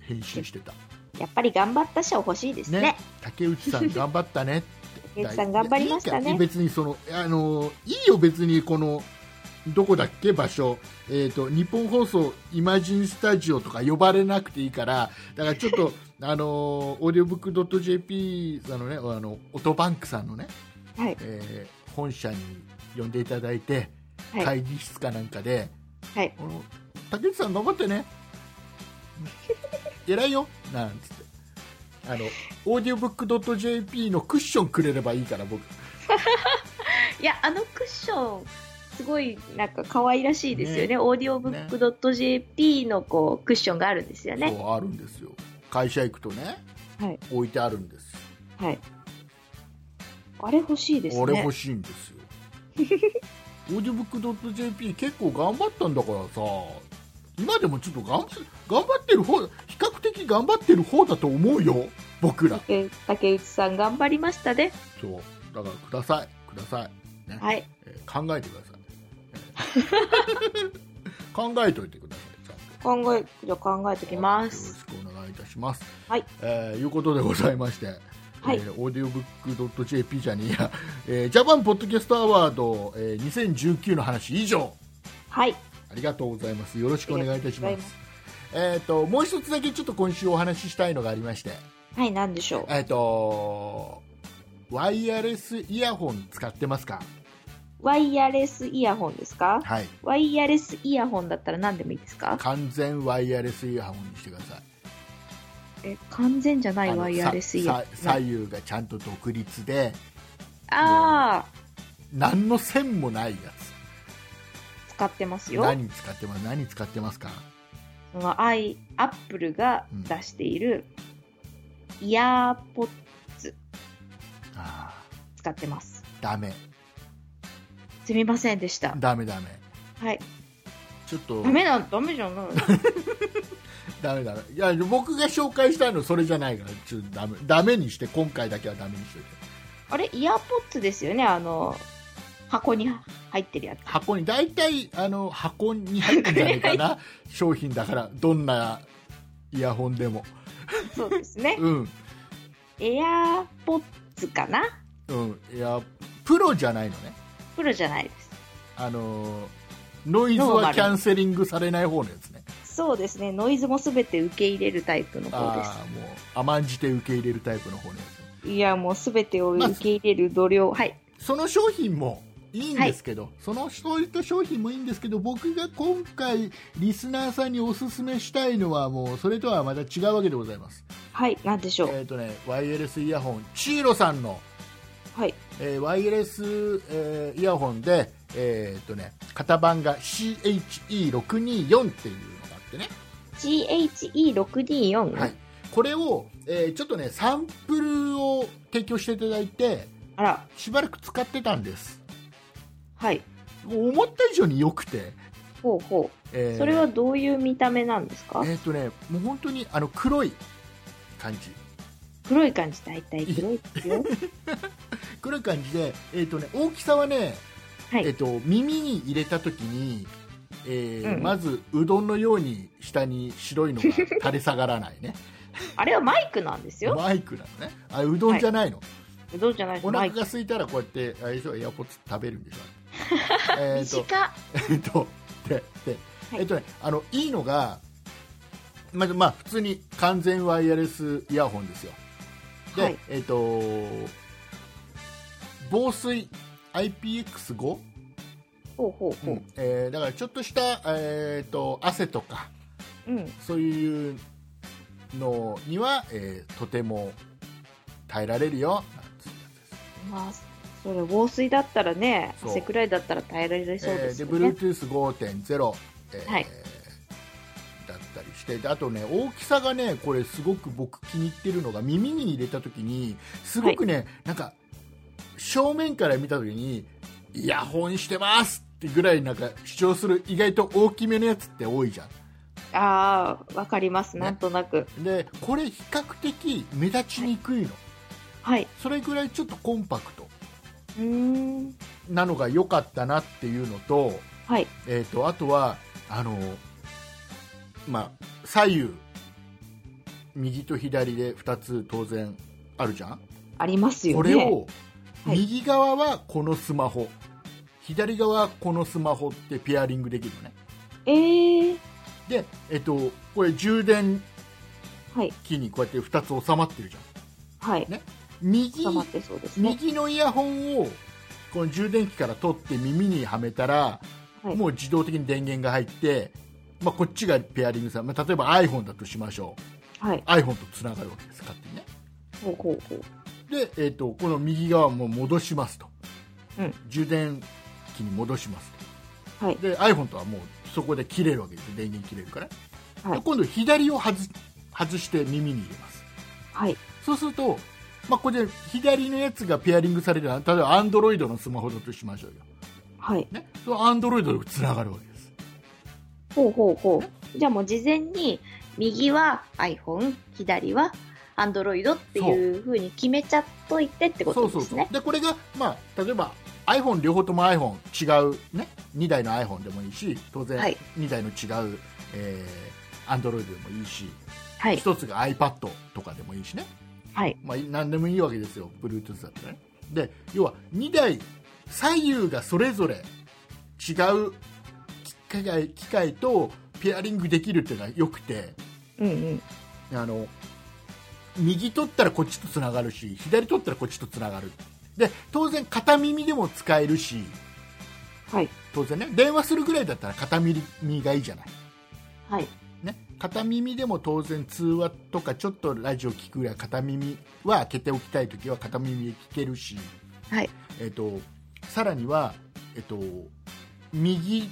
[SPEAKER 2] 編集してた
[SPEAKER 3] う。やっぱり頑張った賞欲しいですね。
[SPEAKER 2] ね竹内さん頑張ったねって
[SPEAKER 3] 竹内さん頑張りました
[SPEAKER 2] いいか
[SPEAKER 3] ね。
[SPEAKER 2] 別にそのあのいいよ別にこのどこだっけ場所えっ、と日本放送イマジンスタジオとか呼ばれなくていいからだからちょっ とあのオーディオブックドット JP さんのねあのオトバンクさんのね、
[SPEAKER 3] はい。
[SPEAKER 2] えー本社に呼んでいただいて、
[SPEAKER 3] はい
[SPEAKER 2] 会議室かなんかで、
[SPEAKER 3] はい
[SPEAKER 2] あの竹内さん頑張ってね 偉いよなんつってあのオーディオブックドット JP のクッションくれればいいから僕
[SPEAKER 3] いや、あのクッション、すごいなんか可愛らしいですよね。
[SPEAKER 2] ね
[SPEAKER 3] オーディオブックドット JP のこう、クッションがあるんですよね。
[SPEAKER 2] そうあるんですよ会社行くとね、
[SPEAKER 3] はい
[SPEAKER 2] 置いてあるんです
[SPEAKER 3] はい。あれ欲しいですね。
[SPEAKER 2] 俺欲しいん ですよオーディオブックドット JP 結構頑張ったんだからさ今でもちょっと頑張頑張ってる方比較的頑張ってる方だと思うよ僕ら
[SPEAKER 3] え竹内さん頑張りましたね。
[SPEAKER 2] そうだからくださいください、ね
[SPEAKER 3] はい。
[SPEAKER 2] えー考えてください、えー 考えといてくださいちゃんと
[SPEAKER 3] 考え、じゃあ考えときます。
[SPEAKER 2] よろしくお願いいたします。
[SPEAKER 3] はい。
[SPEAKER 2] えーいうことでございまして、
[SPEAKER 3] はい
[SPEAKER 2] えーオーディオブックドット JP じゃねえや、 えージャパンポッドキャストアワード、えー2019の話以上、
[SPEAKER 3] はい。
[SPEAKER 2] ありがとうございます。よろしくお願いいたしま
[SPEAKER 3] あ
[SPEAKER 2] す。
[SPEAKER 3] りがとうございます
[SPEAKER 2] えっ、と、もう一つだけちょっと今週お話ししたいのがありまして、
[SPEAKER 3] はい、なんでしょう。
[SPEAKER 2] えっ、と、ワイヤレスイヤホン使ってますか
[SPEAKER 3] ワイヤレスイヤホンですか
[SPEAKER 2] はい。
[SPEAKER 3] ワイヤレスイヤホンだったら何でもいいですか
[SPEAKER 2] 完全ワイヤレスイヤホンにしてください。
[SPEAKER 3] え、完全じゃない
[SPEAKER 2] あの
[SPEAKER 3] ワイヤレスイヤホン
[SPEAKER 2] さ。さ左右がちゃんと独立で、
[SPEAKER 3] あ
[SPEAKER 2] 何の線もないやつ。
[SPEAKER 3] ー、使ってますよ。
[SPEAKER 2] 何使ってます何使ってますか
[SPEAKER 3] そのアイ、アップルが出している、イヤーポッ
[SPEAKER 2] あ
[SPEAKER 3] 使ってます。
[SPEAKER 2] ーダメ
[SPEAKER 3] すみませんでした。
[SPEAKER 2] ダメダメ
[SPEAKER 3] はい。
[SPEAKER 2] ちょっと
[SPEAKER 3] ダメなん、ダメじ ゃない。
[SPEAKER 2] ダメダメいや僕が紹介したいのそれじゃないからちょっとダメダメにして今回だけはダメにしといて
[SPEAKER 3] あれイヤーポッツですよねあの、箱に入ってるやつ。
[SPEAKER 2] 箱に大体あの箱に入ってんじゃないか な商品だからどんなイヤホンでも
[SPEAKER 3] そうで すね。
[SPEAKER 2] うん
[SPEAKER 3] エアーポッツかな
[SPEAKER 2] うんいやプロじゃないのね
[SPEAKER 3] プロじゃないで
[SPEAKER 2] あのノイズはキャンセリングされない方のやつね
[SPEAKER 3] す。そうですね。ノイズもすべて受け入れるタイプの方で
[SPEAKER 2] ああもう甘んじて受け入れるタイプの方のやつね
[SPEAKER 3] す。いや、もうすべてを
[SPEAKER 2] まあ
[SPEAKER 3] 受け入れる度量。はい。
[SPEAKER 2] その商品もいいんですけど、そのそういった商品もいいんですけど僕が今回リスナーさんにおすすめしたいのはもうそれとはまた違うわけでございます
[SPEAKER 3] はい。なんでし
[SPEAKER 2] え
[SPEAKER 3] ょ
[SPEAKER 2] っ、
[SPEAKER 3] う。
[SPEAKER 2] とねワイヤレスイヤホンチーロさんの、
[SPEAKER 3] はい。
[SPEAKER 2] えーワイヤレス、えーイヤホンでえっ、とね型番が CHE624 っていうのがあってね、
[SPEAKER 3] GHE624。
[SPEAKER 2] はい、これを、えーちょっとねサンプルを提供していただいて
[SPEAKER 3] あら、
[SPEAKER 2] しばらく使ってたんです
[SPEAKER 3] はい。
[SPEAKER 2] もう思った以上に良くて、
[SPEAKER 3] ほうほ
[SPEAKER 2] え
[SPEAKER 3] う。
[SPEAKER 2] ー
[SPEAKER 3] それはどういう見た目なんですか
[SPEAKER 2] えっ、とね、もう本当にあの黒い感じ、
[SPEAKER 3] 黒い感じ、大体黒いですよ。
[SPEAKER 2] 黒い感じで、えっ、とね、大きさはね、
[SPEAKER 3] はい
[SPEAKER 2] えっ、と耳に入れた時に、えー
[SPEAKER 3] うん
[SPEAKER 2] まずうどんのように下に白いのが垂れ下がらないね。
[SPEAKER 3] あれはマイクなんですよ。
[SPEAKER 2] マイクなのね。あ、うどんじゃないの。
[SPEAKER 3] どうじゃないです
[SPEAKER 2] お
[SPEAKER 3] マ
[SPEAKER 2] 腹
[SPEAKER 3] イク。
[SPEAKER 2] が空いたらこうやってあれでしょ、エアポッツ食べるん でしょ。えっと、
[SPEAKER 3] 短っ。
[SPEAKER 2] えっと、で、で、
[SPEAKER 3] はい
[SPEAKER 2] えっとね、あのいいのが、まずまあ普通に完全ワイヤレスイヤホンですよ。で、
[SPEAKER 3] はい
[SPEAKER 2] えっと防水 IPX5、
[SPEAKER 3] ほうほうほう。
[SPEAKER 2] えーだからちょっとしたえっと汗とか
[SPEAKER 3] うん。
[SPEAKER 2] そういうのには、えーとても耐えられるよ。なんつうやつです
[SPEAKER 3] まあ、それ防水だったらね
[SPEAKER 2] そう
[SPEAKER 3] 汗くらいだったら耐えられそう
[SPEAKER 2] え
[SPEAKER 3] で
[SPEAKER 2] ー
[SPEAKER 3] す
[SPEAKER 2] で
[SPEAKER 3] よね、
[SPEAKER 2] Bluetooth5.0、えー
[SPEAKER 3] はい
[SPEAKER 2] だったりしてであとね大きさがねこれすごく僕気に入ってるのが耳に入れた時にすごくね、なんか正面から見た時にイヤホンしてますってぐらいなんか主張する意外と大きめのやつって多いじゃ
[SPEAKER 3] ああわかります
[SPEAKER 2] ね
[SPEAKER 3] なんとなく、
[SPEAKER 2] んでこれ比較的目立ちにくいの、
[SPEAKER 3] はい
[SPEAKER 2] それぐらいちょっとコンパクト
[SPEAKER 3] うーん
[SPEAKER 2] なのが良かったなっていうのと,、
[SPEAKER 3] はい
[SPEAKER 2] えー、とあとはあの、まあ、左右右と左で2つ当然あるじゃん、
[SPEAKER 3] ありますよ
[SPEAKER 2] こ
[SPEAKER 3] ね
[SPEAKER 2] れを
[SPEAKER 3] はい
[SPEAKER 2] 右側はこのスマホ、左側はこのスマホってペアリングできるのね
[SPEAKER 3] ええ
[SPEAKER 2] で、えっと、これ充電
[SPEAKER 3] はい
[SPEAKER 2] 器にこうやって2つ収まってるじゃん
[SPEAKER 3] はい
[SPEAKER 2] 右
[SPEAKER 3] 収まってそうですね
[SPEAKER 2] 右のイヤホンをこの充電器から取って耳にはめたら、
[SPEAKER 3] はい
[SPEAKER 2] もう自動的に電源が入って、まあ、こっちがペアリングさ、まあ、例えば iPhone だとしましょ
[SPEAKER 3] はいう
[SPEAKER 2] iPhone とつながるわけです勝手にね
[SPEAKER 3] ほうほうほう
[SPEAKER 2] で、えー、とこの右側も戻しますと、
[SPEAKER 3] うん
[SPEAKER 2] 充電器に戻しますと、
[SPEAKER 3] はい
[SPEAKER 2] で iPhone とはもうそこで切れるわけですよ電源切れるから、
[SPEAKER 3] はい
[SPEAKER 2] で今度左を外外して耳に入れます
[SPEAKER 3] はい
[SPEAKER 2] そうすると、まあ、これで左のやつがペアリングされるのは例えば Android のスマホだとしましょうよ、
[SPEAKER 3] はい
[SPEAKER 2] ね、その Android でつながるわけです
[SPEAKER 3] ほうほうほうじゃあもう事前に右は iPhone 左は Android っていう風に決めちゃっといてってこ
[SPEAKER 2] そ
[SPEAKER 3] と
[SPEAKER 2] うそう
[SPEAKER 3] です
[SPEAKER 2] そう
[SPEAKER 3] ね
[SPEAKER 2] でこれが、まあ、例えば iPhone 両方とも iPhone 違う、ね、2台の iPhone でもいいし当然
[SPEAKER 3] はい
[SPEAKER 2] 2台の違う、えー、Android でもいいし
[SPEAKER 3] はい
[SPEAKER 2] 1つが iPad とかでもいいしね、
[SPEAKER 3] はい
[SPEAKER 2] まあ、何でもいいわけですよ Bluetooth だったらねで要は2台左右がそれぞれ違う機械機械とペアリングできるっていうのはよくて
[SPEAKER 3] うんうん
[SPEAKER 2] あの右取ったらこっちとつながるし左取ったらこっちとつながるで当然片耳でも使えるし
[SPEAKER 3] はい
[SPEAKER 2] 当然ね電話するぐらいだったら片耳がいいじゃない、
[SPEAKER 3] はい
[SPEAKER 2] ね、片耳でも当然通話とかちょっとラジオ聞くぐらい片耳は開けておきたい時は片耳で聞けるし、
[SPEAKER 3] はい
[SPEAKER 2] えっとさらには、えっと右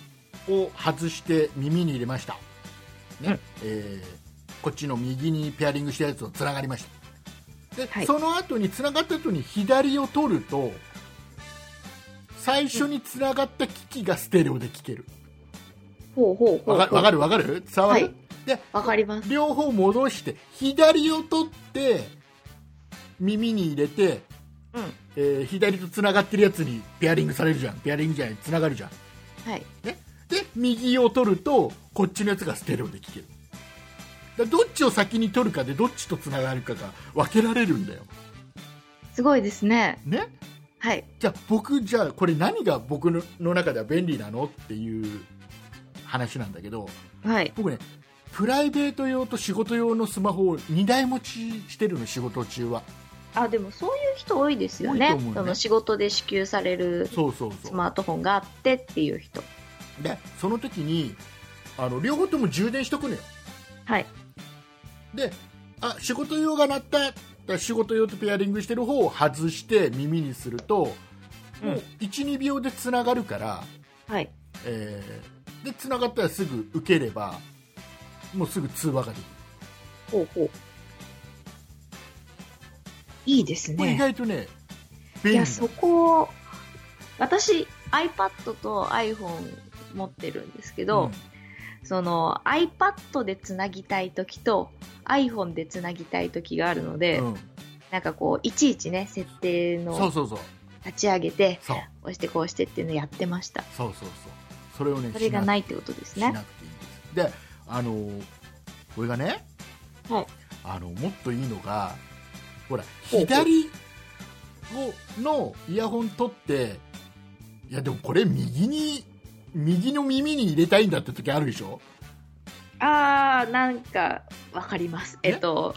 [SPEAKER 2] を外して耳に入れました、ね
[SPEAKER 3] うん
[SPEAKER 2] えーこっちの右にペアリングしたやつをつながりましたで、
[SPEAKER 3] はい
[SPEAKER 2] その後につながった後に左を取ると最初につながった機器がステレオで聞ける
[SPEAKER 3] ほうほうほう
[SPEAKER 2] わかわかるわかる伝わる、
[SPEAKER 3] はい
[SPEAKER 2] で
[SPEAKER 3] わかります
[SPEAKER 2] 両方戻して左を取って耳に入れて
[SPEAKER 3] うん
[SPEAKER 2] えー左とつながってるやつにペアリングされるじゃんペアリングじゃないつながるじゃん
[SPEAKER 3] はい
[SPEAKER 2] で右を取るとこっちのやつがステレオで聞けるだからどっちを先に取るかでどっちとつながるかが分けられるんだよ
[SPEAKER 3] すごいですね
[SPEAKER 2] ね
[SPEAKER 3] はい
[SPEAKER 2] じゃあ僕じゃあこれ何が僕のの中では便利なのっていう話なんだけど
[SPEAKER 3] はい
[SPEAKER 2] 僕ねプライベート用と仕事用のスマホを2台持ちしてるの仕事中は
[SPEAKER 3] あでもそういう人多いですよ
[SPEAKER 2] 多い
[SPEAKER 3] ね
[SPEAKER 2] と思うね
[SPEAKER 3] その仕事で支給される
[SPEAKER 2] そうそうそ
[SPEAKER 3] ス
[SPEAKER 2] う
[SPEAKER 3] マートフォンがあってっていう人
[SPEAKER 2] でその時にあの両方とも充電しとくのよ
[SPEAKER 3] はい
[SPEAKER 2] であ仕事用が鳴っただから仕事用とペアリングしてる方を外して耳にすると、
[SPEAKER 3] うん
[SPEAKER 2] もう12秒でつながるから、
[SPEAKER 3] はい
[SPEAKER 2] えーでつながったらすぐ受ければもうすぐ通話ができる
[SPEAKER 3] ほうほういいです
[SPEAKER 2] これ意
[SPEAKER 3] ね
[SPEAKER 2] 外とね
[SPEAKER 3] い
[SPEAKER 2] 便利
[SPEAKER 3] や
[SPEAKER 2] な
[SPEAKER 3] そこを私 iPad と iPhone 持ってるんですけど、
[SPEAKER 2] うん
[SPEAKER 3] その iPad でつなぎたい時と iPhone でつなぎたい時があるので、
[SPEAKER 2] うん
[SPEAKER 3] なんかこういちいちね設定
[SPEAKER 2] そう
[SPEAKER 3] の
[SPEAKER 2] そうそう
[SPEAKER 3] 立ち上げて
[SPEAKER 2] そう
[SPEAKER 3] 押してこうしてっていうのやってました
[SPEAKER 2] そうそうそうそれをね
[SPEAKER 3] それがないいってことです
[SPEAKER 2] し
[SPEAKER 3] ね
[SPEAKER 2] なくていいんですであのーこれがね、
[SPEAKER 3] はい
[SPEAKER 2] あのもっといいのがほら
[SPEAKER 3] おう
[SPEAKER 2] 左をのイヤホン取っていやでもこれ右に右の耳に入れたいんだって時あるでしょ
[SPEAKER 3] あーなんかわかりますえっと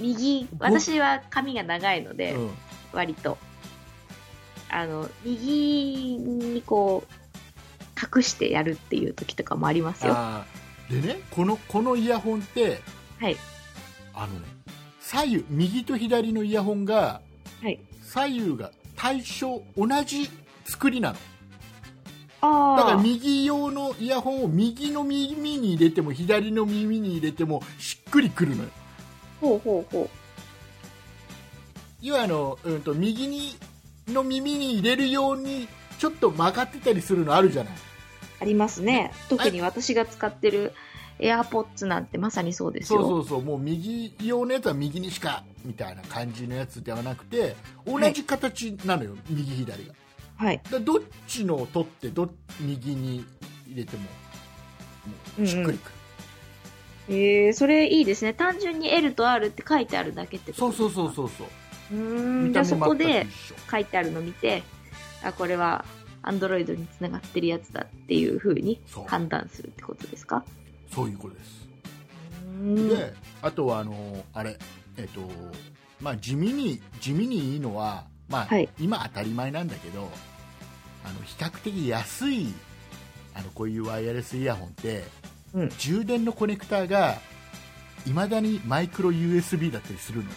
[SPEAKER 3] 右私は髪が長いので、
[SPEAKER 2] うん
[SPEAKER 3] 割とあの右にこう隠してやるっていう時とかもありますよ
[SPEAKER 2] あーでねこのこのイヤホンって
[SPEAKER 3] はい
[SPEAKER 2] あのね左右右と左のイヤホンが
[SPEAKER 3] はい
[SPEAKER 2] 左右が対象同じ作りなのだから
[SPEAKER 3] ああ。
[SPEAKER 2] 右用のイヤホンを右の耳に入れても左の耳に入れてもしっくりくるのよ
[SPEAKER 3] ほうほうほう。
[SPEAKER 2] 要はあの、うん、と右にの耳に入れるようにちょっと曲がってたりするのあるじゃない
[SPEAKER 3] ありますね。特に私が使ってる AirPods なんてまさにそうです
[SPEAKER 2] そう
[SPEAKER 3] よ。
[SPEAKER 2] そうそうもう右用のやつは右にしかみたいな感じのやつではなくて同じ形なのよ、右左がだか
[SPEAKER 3] はい。
[SPEAKER 2] らどっちのを取ってど右に入れても
[SPEAKER 3] うん
[SPEAKER 2] しっ
[SPEAKER 3] う
[SPEAKER 2] くり
[SPEAKER 3] ん、
[SPEAKER 2] くる、
[SPEAKER 3] えー、それいいですね。単純に L と R って書いてあるだけって
[SPEAKER 2] そ
[SPEAKER 3] こ
[SPEAKER 2] う
[SPEAKER 3] と
[SPEAKER 2] そうそうそうそう
[SPEAKER 3] うーん。
[SPEAKER 2] 見
[SPEAKER 3] じゃ
[SPEAKER 2] た
[SPEAKER 3] あ
[SPEAKER 2] 目全く
[SPEAKER 3] そこで
[SPEAKER 2] 一緒
[SPEAKER 3] 書いてあるの見て、あ、これは Android につながってるやつだっていうふうに
[SPEAKER 2] そう
[SPEAKER 3] 判断するってことですか
[SPEAKER 2] そういうことです
[SPEAKER 3] うーん。
[SPEAKER 2] であとはあのあれえっとまあ地味に地味にいいのはまあ、
[SPEAKER 3] はい
[SPEAKER 2] 今当たり前なんだけどあの比較的安いあのこういうワイヤレスイヤホンって、
[SPEAKER 3] うん
[SPEAKER 2] 充電のコネクターがいまだにマイクロ USB だったりするのよ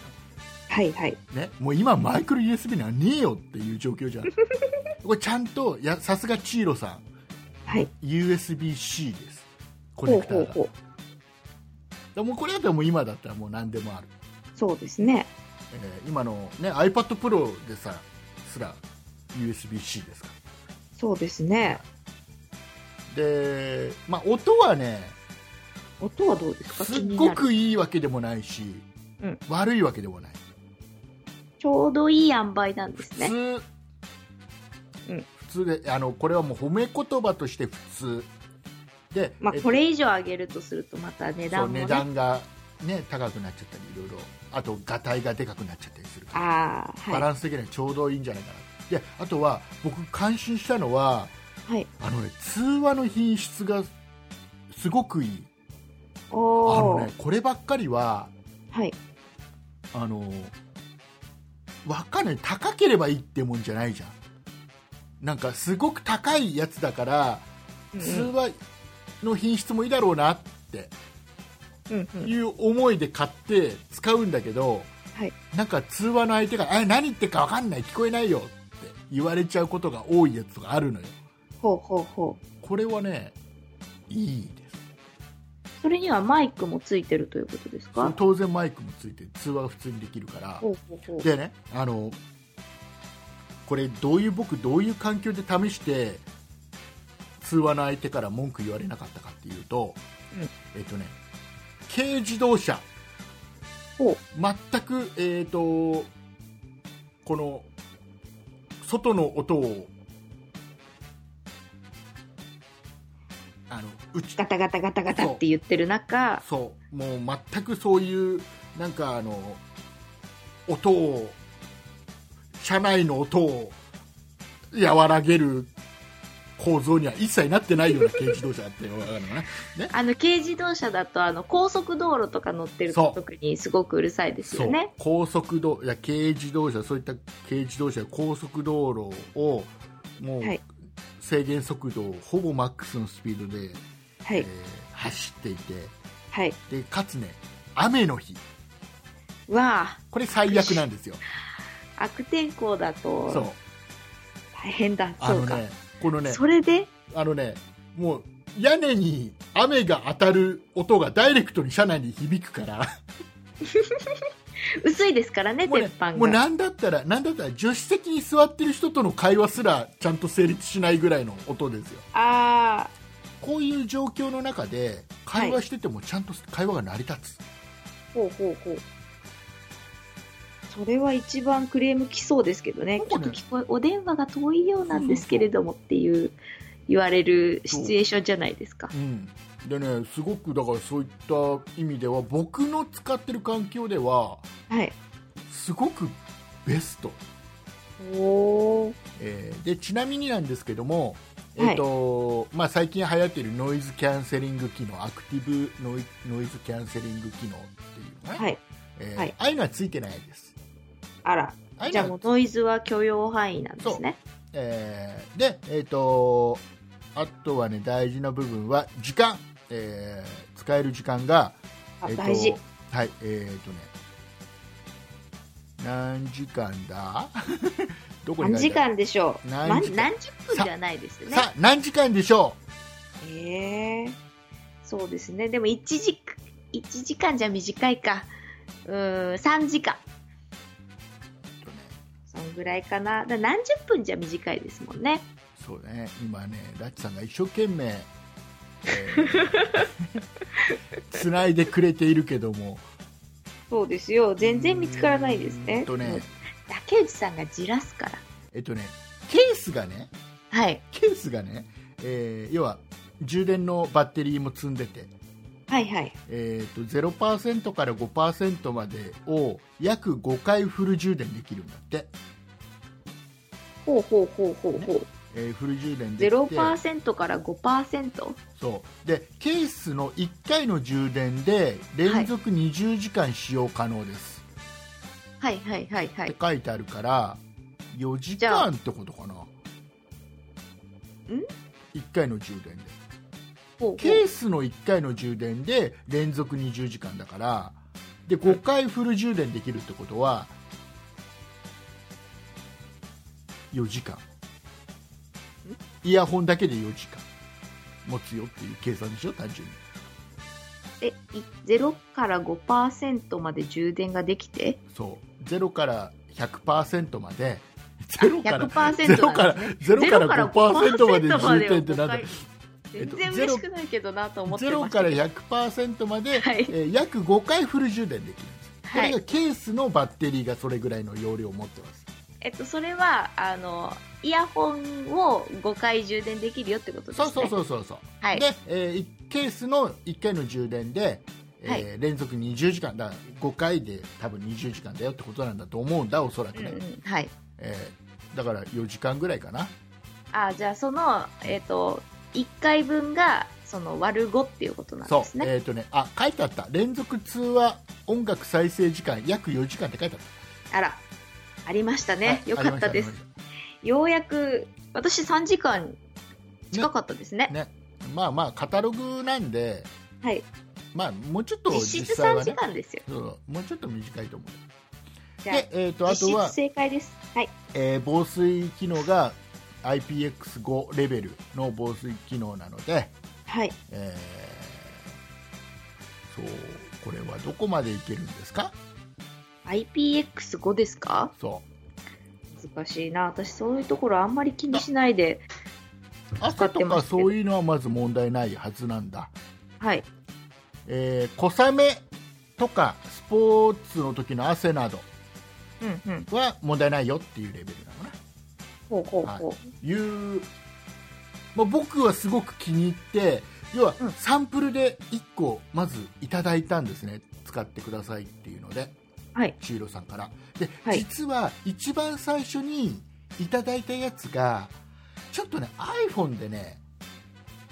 [SPEAKER 3] はいはい。
[SPEAKER 2] ね、もう今マイクロ USB なんねえよっていう状 況じゃんこれちゃんとやさすがチーロさ
[SPEAKER 3] はい。
[SPEAKER 2] ん USB-C ですコ
[SPEAKER 3] ほ
[SPEAKER 2] ネ
[SPEAKER 3] う
[SPEAKER 2] クタ
[SPEAKER 3] ほ
[SPEAKER 2] ー
[SPEAKER 3] う
[SPEAKER 2] が
[SPEAKER 3] ほう。
[SPEAKER 2] でもうこれだったらもう今だったらもう何でもある
[SPEAKER 3] そうですね。
[SPEAKER 2] えー今の、ね、iPad Pro でさすら USB-C ですか
[SPEAKER 3] そうですね。
[SPEAKER 2] で、まあ、音はね
[SPEAKER 3] 音はどうですか
[SPEAKER 2] すっ
[SPEAKER 3] 気に
[SPEAKER 2] ご
[SPEAKER 3] なる
[SPEAKER 2] くいいわけでもないし、
[SPEAKER 3] うん
[SPEAKER 2] 悪いわけでもない
[SPEAKER 3] ちょうどいい塩梅なんで
[SPEAKER 2] 普
[SPEAKER 3] す
[SPEAKER 2] 通、
[SPEAKER 3] ね。うん
[SPEAKER 2] 普通であのこれはもう褒め言葉として普通で、
[SPEAKER 3] ま
[SPEAKER 2] えっ
[SPEAKER 3] あ、
[SPEAKER 2] と
[SPEAKER 3] これ以上上げるとするとまた値
[SPEAKER 2] そう
[SPEAKER 3] 段も、ね、
[SPEAKER 2] 値段が、ね、高くなっちゃったりいろいろあとがたいがでかくなっちゃったりするから
[SPEAKER 3] ああ
[SPEAKER 2] バ
[SPEAKER 3] は
[SPEAKER 2] ランス的にはちょうどいいんじゃないかなであとは僕感心したのは、
[SPEAKER 3] い、はい、
[SPEAKER 2] あのね、通話の品質がすごくいい。
[SPEAKER 3] お
[SPEAKER 2] あ
[SPEAKER 3] お、
[SPEAKER 2] のね、こればっかりは、
[SPEAKER 3] はい
[SPEAKER 2] あの、わかんない。高ければいいってもんじゃないじゃん。なんか、すごく高いやつだから、
[SPEAKER 3] うん
[SPEAKER 2] 通話の品質もいいだろうなって
[SPEAKER 3] うんうん
[SPEAKER 2] いう思いで買って使うんだけど、
[SPEAKER 3] はい
[SPEAKER 2] なんか通話の相手が、え、何言ってるかわかんない、聞こえないよって言われちゃうことが多いやつがあるのよ。
[SPEAKER 3] ほうほうほう
[SPEAKER 2] これはね、いいです。
[SPEAKER 3] それにはマイクもついてるということですか
[SPEAKER 2] 当然マイクもついて通話が普通にできるから
[SPEAKER 3] ほうほうほう
[SPEAKER 2] でねあのこれどういう僕どういう環境で試して通話の相手から文句言われなかったかっていうと、えっとね軽自動車
[SPEAKER 3] ほう
[SPEAKER 2] 全くえっ、とこの外の音をあのうち
[SPEAKER 3] ガタガタガタガタって言ってる中
[SPEAKER 2] そうもう全くそういうなんかあの音を車内の音を和らげる構造には一切なってないような軽自動車っていうのが分かる のね
[SPEAKER 3] あの軽自動車だとあの高速道路とか乗ってる
[SPEAKER 2] そ
[SPEAKER 3] と
[SPEAKER 2] う
[SPEAKER 3] 特にすごくうるさいですよね
[SPEAKER 2] 高速道いや軽自動車そういった軽自動車高速道路をもう
[SPEAKER 3] はい
[SPEAKER 2] 制限速度をほぼマックスのスピードで、
[SPEAKER 3] は
[SPEAKER 2] えー
[SPEAKER 3] い
[SPEAKER 2] 走っていて
[SPEAKER 3] はい
[SPEAKER 2] でかつね雨の日
[SPEAKER 3] わあ
[SPEAKER 2] これ最悪なんですよ
[SPEAKER 3] 悪天候だ
[SPEAKER 2] そう
[SPEAKER 3] と大変だ
[SPEAKER 2] あ
[SPEAKER 3] そう
[SPEAKER 2] の
[SPEAKER 3] か
[SPEAKER 2] ねこのね
[SPEAKER 3] それで
[SPEAKER 2] あのね、もう屋根に雨が当たる音がダイレクトに車内に響くから、
[SPEAKER 3] 薄いですからね
[SPEAKER 2] もう
[SPEAKER 3] 鉄
[SPEAKER 2] ね
[SPEAKER 3] 板、
[SPEAKER 2] もう
[SPEAKER 3] が
[SPEAKER 2] なんだったら、なんだったら助手席に座ってる人との会話すらちゃんと成立しないぐらいの音ですよ。
[SPEAKER 3] ああ
[SPEAKER 2] こういう状況の中で会話しててもちゃんと会話が成り立つ。
[SPEAKER 3] ほうほうほう。それは一番クレーム来そうですけどね
[SPEAKER 2] な。ん
[SPEAKER 3] ち
[SPEAKER 2] か
[SPEAKER 3] ょっ
[SPEAKER 2] ね
[SPEAKER 3] と聞こえ、お電話が遠いようなんですけれどもっていう、言われるシチュエーションじゃないですか。
[SPEAKER 2] うん。でね、すごくだからそういった意味では僕の使ってる環境では
[SPEAKER 3] はい。
[SPEAKER 2] すごくベスト。
[SPEAKER 3] おー。
[SPEAKER 2] えーでちなみになんですけども、えーとまあ、最近流行っているノイズキャンセリング機能アクティブノイノイズキャンセリング機能っていうのね、
[SPEAKER 3] はい。
[SPEAKER 2] えー
[SPEAKER 3] はい
[SPEAKER 2] ああいうのはついてないです
[SPEAKER 3] あら。
[SPEAKER 2] ああいう
[SPEAKER 3] じゃあ
[SPEAKER 2] の
[SPEAKER 3] も
[SPEAKER 2] は
[SPEAKER 3] うノイズは許容範囲なんですね。
[SPEAKER 2] えーで、えー、とあとは、ね、大事な部分は時間、えー使える時間が、
[SPEAKER 3] あ
[SPEAKER 2] えーと
[SPEAKER 3] 大事。
[SPEAKER 2] はいえーとね何時間だ どこに
[SPEAKER 3] 何
[SPEAKER 2] 書い
[SPEAKER 3] 時
[SPEAKER 2] てある
[SPEAKER 3] 間でしょう。
[SPEAKER 2] 何時間
[SPEAKER 3] ま何十分じゃないですね。
[SPEAKER 2] さあ何時間でしょ
[SPEAKER 3] ええそうですね。でも1時、一時間じゃ短いか。うーん、3時間。
[SPEAKER 2] う
[SPEAKER 3] そのぐらいかな。だ何十分じゃ短いですもんね。
[SPEAKER 2] そうね今ねラッチさんが一生懸命 つないでくれているけども
[SPEAKER 3] そうですよ。全然見つからないです
[SPEAKER 2] うー
[SPEAKER 3] ね
[SPEAKER 2] ん。とね
[SPEAKER 3] 竹内さんがじらすから。
[SPEAKER 2] えっとねケースがね
[SPEAKER 3] はい。
[SPEAKER 2] ケースがね、えー要は充電のバッテリーも積んでて、
[SPEAKER 3] はいはい。
[SPEAKER 2] えー、と0%から5%までを約5回フル充電できるんだって、
[SPEAKER 3] ほうほうほうほうほう。
[SPEAKER 2] えーフル充電できて
[SPEAKER 3] 0%から5%。
[SPEAKER 2] そうでケースの1回の充電で連続20時間使用可能です、
[SPEAKER 3] はいはいはいは
[SPEAKER 2] っ
[SPEAKER 3] い
[SPEAKER 2] て。書いてあるから4時間ってことかな1回の充電で
[SPEAKER 3] ほうほう
[SPEAKER 2] ケースの1回の充電で連続20時間だからで5回フル充電できるってことは4時間イヤホンだけで4時間持つよっていう計算でしょ単純に
[SPEAKER 3] え、い0から5%まで充電ができて、
[SPEAKER 2] そう0から100%まで0から
[SPEAKER 3] 100%なんですね
[SPEAKER 2] ゼロからゼロから5%まで充電ってなんだえっ
[SPEAKER 3] 全
[SPEAKER 2] と
[SPEAKER 3] 然嬉しくないけどなと思ってま
[SPEAKER 2] 0
[SPEAKER 3] した
[SPEAKER 2] か
[SPEAKER 3] け
[SPEAKER 2] ら
[SPEAKER 3] ど。
[SPEAKER 2] 100%まで、
[SPEAKER 3] はい
[SPEAKER 2] えー約5回フル充電できるんです、
[SPEAKER 3] は
[SPEAKER 2] これ
[SPEAKER 3] い。
[SPEAKER 2] がケースのバッテリーがそれぐらいの容量を持ってます
[SPEAKER 3] えっと、それは、あの、イヤホンを5回充電できるよってことですね。
[SPEAKER 2] そうそうそう
[SPEAKER 3] う。
[SPEAKER 2] そうそう、
[SPEAKER 3] はい。
[SPEAKER 2] で、えーケースの1回の充電で、えー
[SPEAKER 3] はい
[SPEAKER 2] 連続20時間だから5回で多分20時間だよってことなんだと思うんだおそらく
[SPEAKER 3] うん
[SPEAKER 2] ね、
[SPEAKER 3] うん、はい。
[SPEAKER 2] えーだから4時間ぐらいかな
[SPEAKER 3] あ、じゃあその、えっと、1回分が、その、割る5っていうことなん
[SPEAKER 2] そう
[SPEAKER 3] ですね。
[SPEAKER 2] えっ、とねあ書いてあった連続通話音楽再生時間約4時間って書いてあった
[SPEAKER 3] あら、ありましたね。
[SPEAKER 2] はい
[SPEAKER 3] よかったで
[SPEAKER 2] あ
[SPEAKER 3] す
[SPEAKER 2] り。まし
[SPEAKER 3] ようやく、私3時間近かったですね。
[SPEAKER 2] ねたありましたまあまあカタログなんで
[SPEAKER 3] はい。
[SPEAKER 2] まあもうちょっと
[SPEAKER 3] 実質
[SPEAKER 2] 実際
[SPEAKER 3] 3
[SPEAKER 2] は
[SPEAKER 3] 時
[SPEAKER 2] ね
[SPEAKER 3] 間ですよ。
[SPEAKER 2] そうもうちょっと短いと思う
[SPEAKER 3] じゃあ
[SPEAKER 2] で、えー、とあと
[SPEAKER 3] 実
[SPEAKER 2] は
[SPEAKER 3] 質、正解です。はい。
[SPEAKER 2] えー防水機能が IPX5 レベルの防水機能なので、
[SPEAKER 3] はい。
[SPEAKER 2] えーそうこれはどこまでいけるんですか
[SPEAKER 3] IPX5 ですか
[SPEAKER 2] そう
[SPEAKER 3] 難しいな。私、そういうところあんまり気にしないで。
[SPEAKER 2] 赤と
[SPEAKER 3] 使ってま
[SPEAKER 2] か
[SPEAKER 3] すけど
[SPEAKER 2] そういうのはまず問題ないはずなんだ
[SPEAKER 3] はい。
[SPEAKER 2] えー小雨とかスポーツの時の汗など
[SPEAKER 3] うんうん。
[SPEAKER 2] は問題ないよっていうレベルなのね
[SPEAKER 3] ほうほうほう。
[SPEAKER 2] いう、まあ、僕はすごく気に入って要は
[SPEAKER 3] うん
[SPEAKER 2] サンプルで1個まずいただいたんですね使ってくださいっていうので
[SPEAKER 3] はい。
[SPEAKER 2] 千尋さんからで、
[SPEAKER 3] はい
[SPEAKER 2] 実は一番最初にいただいたやつがちょっとね iPhone でね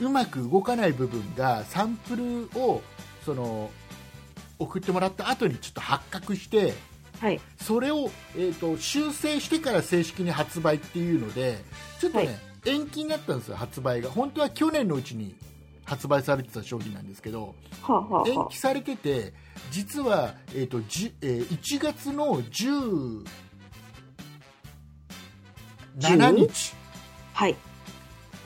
[SPEAKER 2] うまく動かない部分がサンプルをその送ってもらった後にちょっと発覚して
[SPEAKER 3] はい。
[SPEAKER 2] それを、えー、と修正してから正式に発売っていうのでちょっとね、
[SPEAKER 3] は
[SPEAKER 2] 延期になったんですよ発売が本当は去年のうちに発売されてた商品なんですけど
[SPEAKER 3] はあ、はあ
[SPEAKER 2] 延
[SPEAKER 3] は
[SPEAKER 2] 期されてて実は、えーとじゅえー1月の17日、
[SPEAKER 3] あ、はい。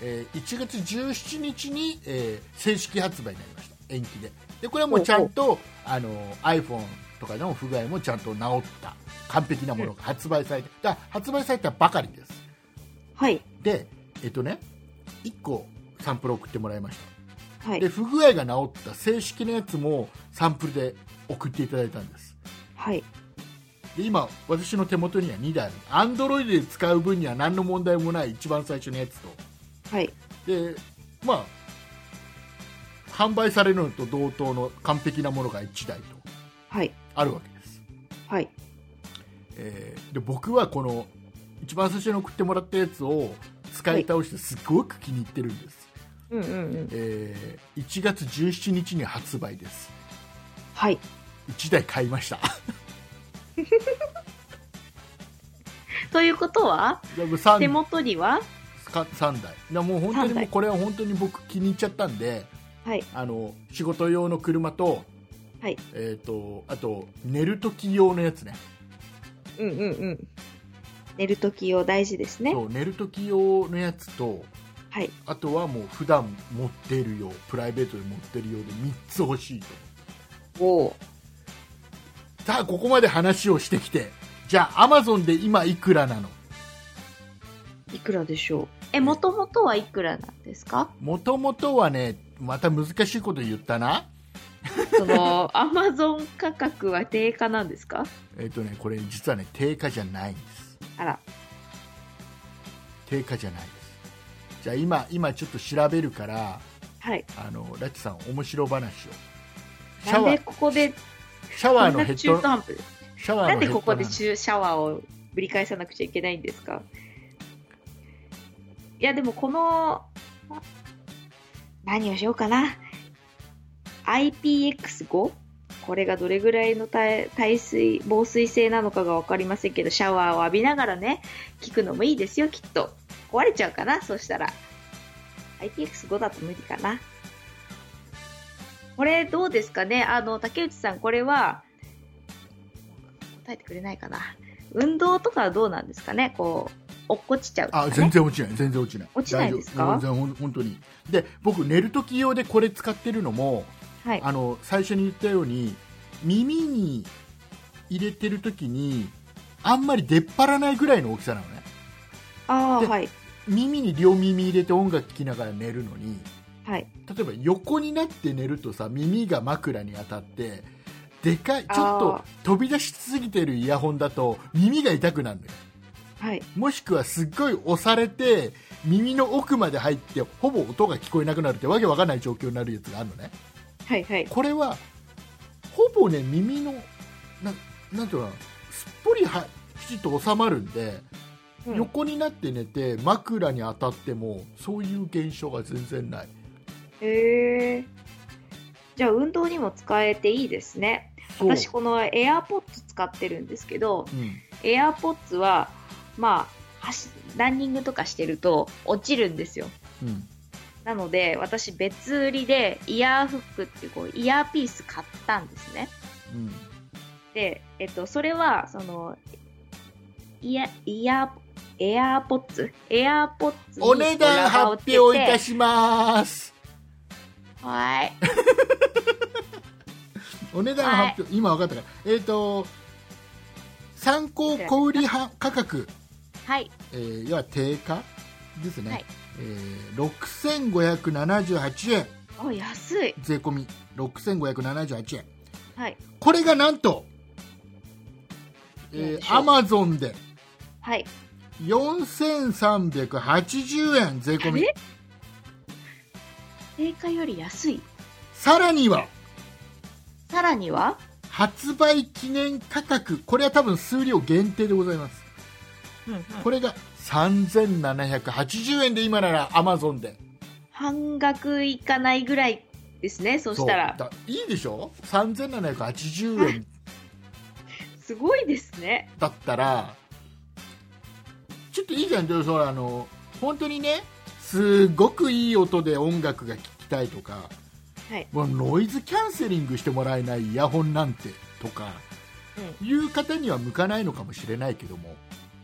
[SPEAKER 2] えー1月17日に、えー正式発売になりました延期ででこれはもうちゃんとあの iPhone とかの不具合もちゃんと直った完璧なものが発売されて、だから発売されたばかりです
[SPEAKER 3] はい。
[SPEAKER 2] でえっとね1個サンプル送ってもらいました
[SPEAKER 3] は
[SPEAKER 2] で
[SPEAKER 3] い。
[SPEAKER 2] 不具合が治った正式なやつもサンプルで送っていただいたんです
[SPEAKER 3] はい。
[SPEAKER 2] で今私の手元には2台あるアンドロイドで使う分には何の問題もない一番最初のやつと
[SPEAKER 3] はい。
[SPEAKER 2] でまあ販売されるのと同等の完璧なものが1台と
[SPEAKER 3] はい。
[SPEAKER 2] あるわけです、
[SPEAKER 3] はい。
[SPEAKER 2] えーで僕はこの一番最初に送ってもらったやつを使い倒してすごく気に入ってるんです、
[SPEAKER 3] うんうんうん。
[SPEAKER 2] えー1月17日に発売です
[SPEAKER 3] はい。
[SPEAKER 2] 1台買いました
[SPEAKER 3] ということは、
[SPEAKER 2] でも
[SPEAKER 3] 手
[SPEAKER 2] 3
[SPEAKER 3] 元には、
[SPEAKER 2] か三台いやもう本当にも
[SPEAKER 3] 三
[SPEAKER 2] う
[SPEAKER 3] 台
[SPEAKER 2] これは本当に僕気に入っちゃったんで
[SPEAKER 3] はい。
[SPEAKER 2] あの仕事用の車と,、
[SPEAKER 3] はい
[SPEAKER 2] えー、とあと寝る時用のやつね
[SPEAKER 3] うんうんうん。寝るとき用大事ですね。
[SPEAKER 2] そう寝る時用のやつと
[SPEAKER 3] はい。
[SPEAKER 2] あとはもう普段持ってるよプライベートで持ってるようで3つ欲しいと
[SPEAKER 3] おー
[SPEAKER 2] さあここまで話をしてきてじゃあアマゾンで今いくらなの
[SPEAKER 3] いくらでしょう。え、もともとはいくらなんですか
[SPEAKER 2] もともとはねまた難しいこと言ったな
[SPEAKER 3] その、 アマゾン価格は定価なんですか
[SPEAKER 2] えっ、とねこれ実はね定価じゃないんです
[SPEAKER 3] あら。
[SPEAKER 2] 定価じゃないですじゃあ今今ちょっと調べるから
[SPEAKER 3] はい。
[SPEAKER 2] あのラッチさん面白話をシャ
[SPEAKER 3] なん
[SPEAKER 2] ワ
[SPEAKER 3] で
[SPEAKER 2] ー
[SPEAKER 3] ここで、
[SPEAKER 2] シャ
[SPEAKER 3] こ
[SPEAKER 2] ワー
[SPEAKER 3] ん
[SPEAKER 2] の
[SPEAKER 3] な
[SPEAKER 2] ヘ
[SPEAKER 3] 中
[SPEAKER 2] ッド
[SPEAKER 3] 途半端で
[SPEAKER 2] シャワー
[SPEAKER 3] なん
[SPEAKER 2] のヘ
[SPEAKER 3] で
[SPEAKER 2] ッド
[SPEAKER 3] ここで
[SPEAKER 2] なの
[SPEAKER 3] シュシャワーをぶり返さなくちゃいけないんですかいやでもこのあ何をしようかな IPX5 これがどれぐらいの耐耐水防水性なのかが分かりませんけどシャワーを浴びながらね聞くのもいいですよきっと壊れちゃうかなそうしたら IPX5 だと無理かなこれどうですかねあの竹内さんこれは答えてくれないかな運動とかはどうなんですかねこう落っこちちゃうとか、ね、
[SPEAKER 2] あ全然落ちない全然落ちない
[SPEAKER 3] 落ちないですか
[SPEAKER 2] 大丈夫全然ほん本当にで僕寝る時用でこれ使ってるのも
[SPEAKER 3] はい
[SPEAKER 2] あの最初に言ったように耳に入れてる時にあんまり出っ張らないぐらいの大きさなのね
[SPEAKER 3] ああ
[SPEAKER 2] で
[SPEAKER 3] はい
[SPEAKER 2] 耳に両耳入れて音楽聴きながら寝るのに
[SPEAKER 3] はい
[SPEAKER 2] 例えば横になって寝るとさ耳が枕に当たってでかいちょっと
[SPEAKER 3] あ
[SPEAKER 2] 飛び出しすぎてるイヤホンだと耳が痛くなるのよ
[SPEAKER 3] はい
[SPEAKER 2] もしくはすっごい押されて耳の奥まで入ってほぼ音が聞こえなくなるってわけわかんない状況になるやつがあるのね
[SPEAKER 3] はいはい
[SPEAKER 2] これはほぼね耳のななんていうのかなすっぽりはきちっと収まるんで、
[SPEAKER 3] うん
[SPEAKER 2] 横になって寝て枕に当たってもそういう現象が全然ない
[SPEAKER 3] へえじゃあ運動にも使えていいですね
[SPEAKER 2] そう
[SPEAKER 3] 私この AirPods 使ってるんですけど
[SPEAKER 2] うん、
[SPEAKER 3] AirPods はまあ走ランニングとかしてると落ちるんですよ
[SPEAKER 2] うん、
[SPEAKER 3] なので私別売りでイヤーフックっていうこうイヤーピース買ったんですね
[SPEAKER 2] うん
[SPEAKER 3] で、えっと、それは、その、イヤ、イヤ、エアーポッツエアーポッツ
[SPEAKER 2] お値段発表いたします
[SPEAKER 3] はい。
[SPEAKER 2] お値段発表、今分かったからえっ、と参考小売は価格、
[SPEAKER 3] はい。
[SPEAKER 2] えー要は定価ですね、
[SPEAKER 3] はい
[SPEAKER 2] えー6578円
[SPEAKER 3] お、安い。
[SPEAKER 2] 税込み6578円
[SPEAKER 3] はい。
[SPEAKER 2] これがなんと
[SPEAKER 3] なん
[SPEAKER 2] え
[SPEAKER 3] でしょう
[SPEAKER 2] ー、アマゾンで
[SPEAKER 3] はい。
[SPEAKER 2] 4380円税込み
[SPEAKER 3] え定価より安い。
[SPEAKER 2] さらには
[SPEAKER 3] さらには、
[SPEAKER 2] 発売記念価格これは多分数量限定でございますこれが3780円で今ならアマゾンで
[SPEAKER 3] 半額いかないぐらいですね。そしたら
[SPEAKER 2] そ、うだいいでしょ3780円
[SPEAKER 3] すごいですね。
[SPEAKER 2] だったらちょっといいじゃんでもそれあの本当にねすごくいい音で音楽が聴きたいとか、
[SPEAKER 3] はい
[SPEAKER 2] もうノイズキャンセリングしてもらえないイヤホンなんてとか、いう方には向かないのかもしれないけども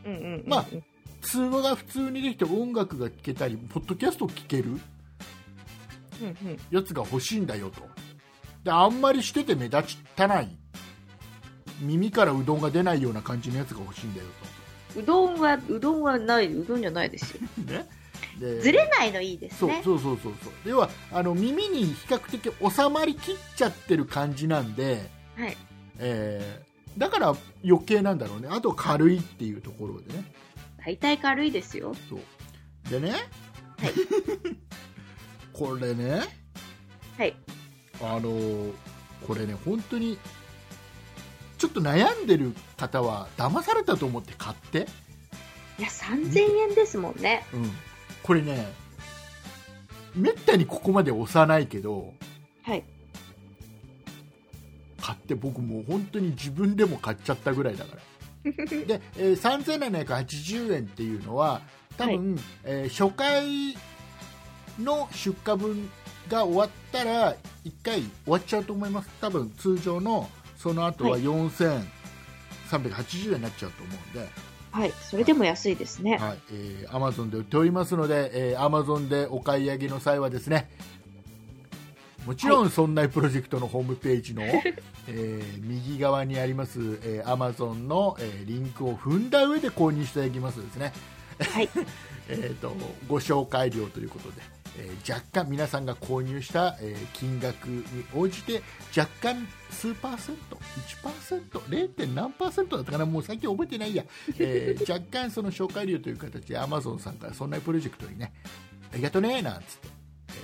[SPEAKER 3] うんうんうんうん。
[SPEAKER 2] まあ通話が普通にできて音楽が聴けたりポッドキャスト聴ける
[SPEAKER 3] うんうん。
[SPEAKER 2] やつが欲しいんだよとであんまりしてて目立たない耳からうどんが出ないような感じのやつが欲しいんだよ
[SPEAKER 3] うどんは、うどんはない、うどんじゃないですよ。
[SPEAKER 2] と、ね、で
[SPEAKER 3] ずれないのいいです
[SPEAKER 2] そう
[SPEAKER 3] ね。
[SPEAKER 2] そうそうそうそう要はあの耳に比較的収まりきっちゃってる感じなんで、
[SPEAKER 3] はい。
[SPEAKER 2] えーだから余計なんだろうねあと軽いっていうところでね
[SPEAKER 3] 大体軽いですよ。
[SPEAKER 2] そうでね、
[SPEAKER 3] はい
[SPEAKER 2] これね
[SPEAKER 3] はい。
[SPEAKER 2] あのーこれね本当にちょっと悩んでる方は騙されたと思って買って、
[SPEAKER 3] いや、3000円ですもんね。
[SPEAKER 2] うん、これねめったにここまで押さないけど
[SPEAKER 3] はい。
[SPEAKER 2] 買って僕もう本当に自分でも買っちゃったぐらいだから で、えー3780円っていうのは多分、えー初回の出荷分が終わったら1回終わっちゃうと思います多分通常のその後は
[SPEAKER 3] は
[SPEAKER 2] 4300 380円になっちゃうと思うんで、
[SPEAKER 3] はい、それでも安いですね。
[SPEAKER 2] はいえー、Amazon で売っておりますので、えー、Amazon でお買い上げの際はですねもちろん、そんなプロジェクトのホームページの、 えー右側にあります、えー、Amazon の、えーリンクを踏んだ上で購入していただきますとですね、
[SPEAKER 3] はい、
[SPEAKER 2] えー、とご紹介料ということで、えー若干皆さんが購入した、えー金額に応じて若干数パーセント 1%0. 点何パーセントだったかなもう最近覚えてないや、えー若干その紹介料という形で Amazon さんからそんなプロジェクトにねありがとねーなんつって、えー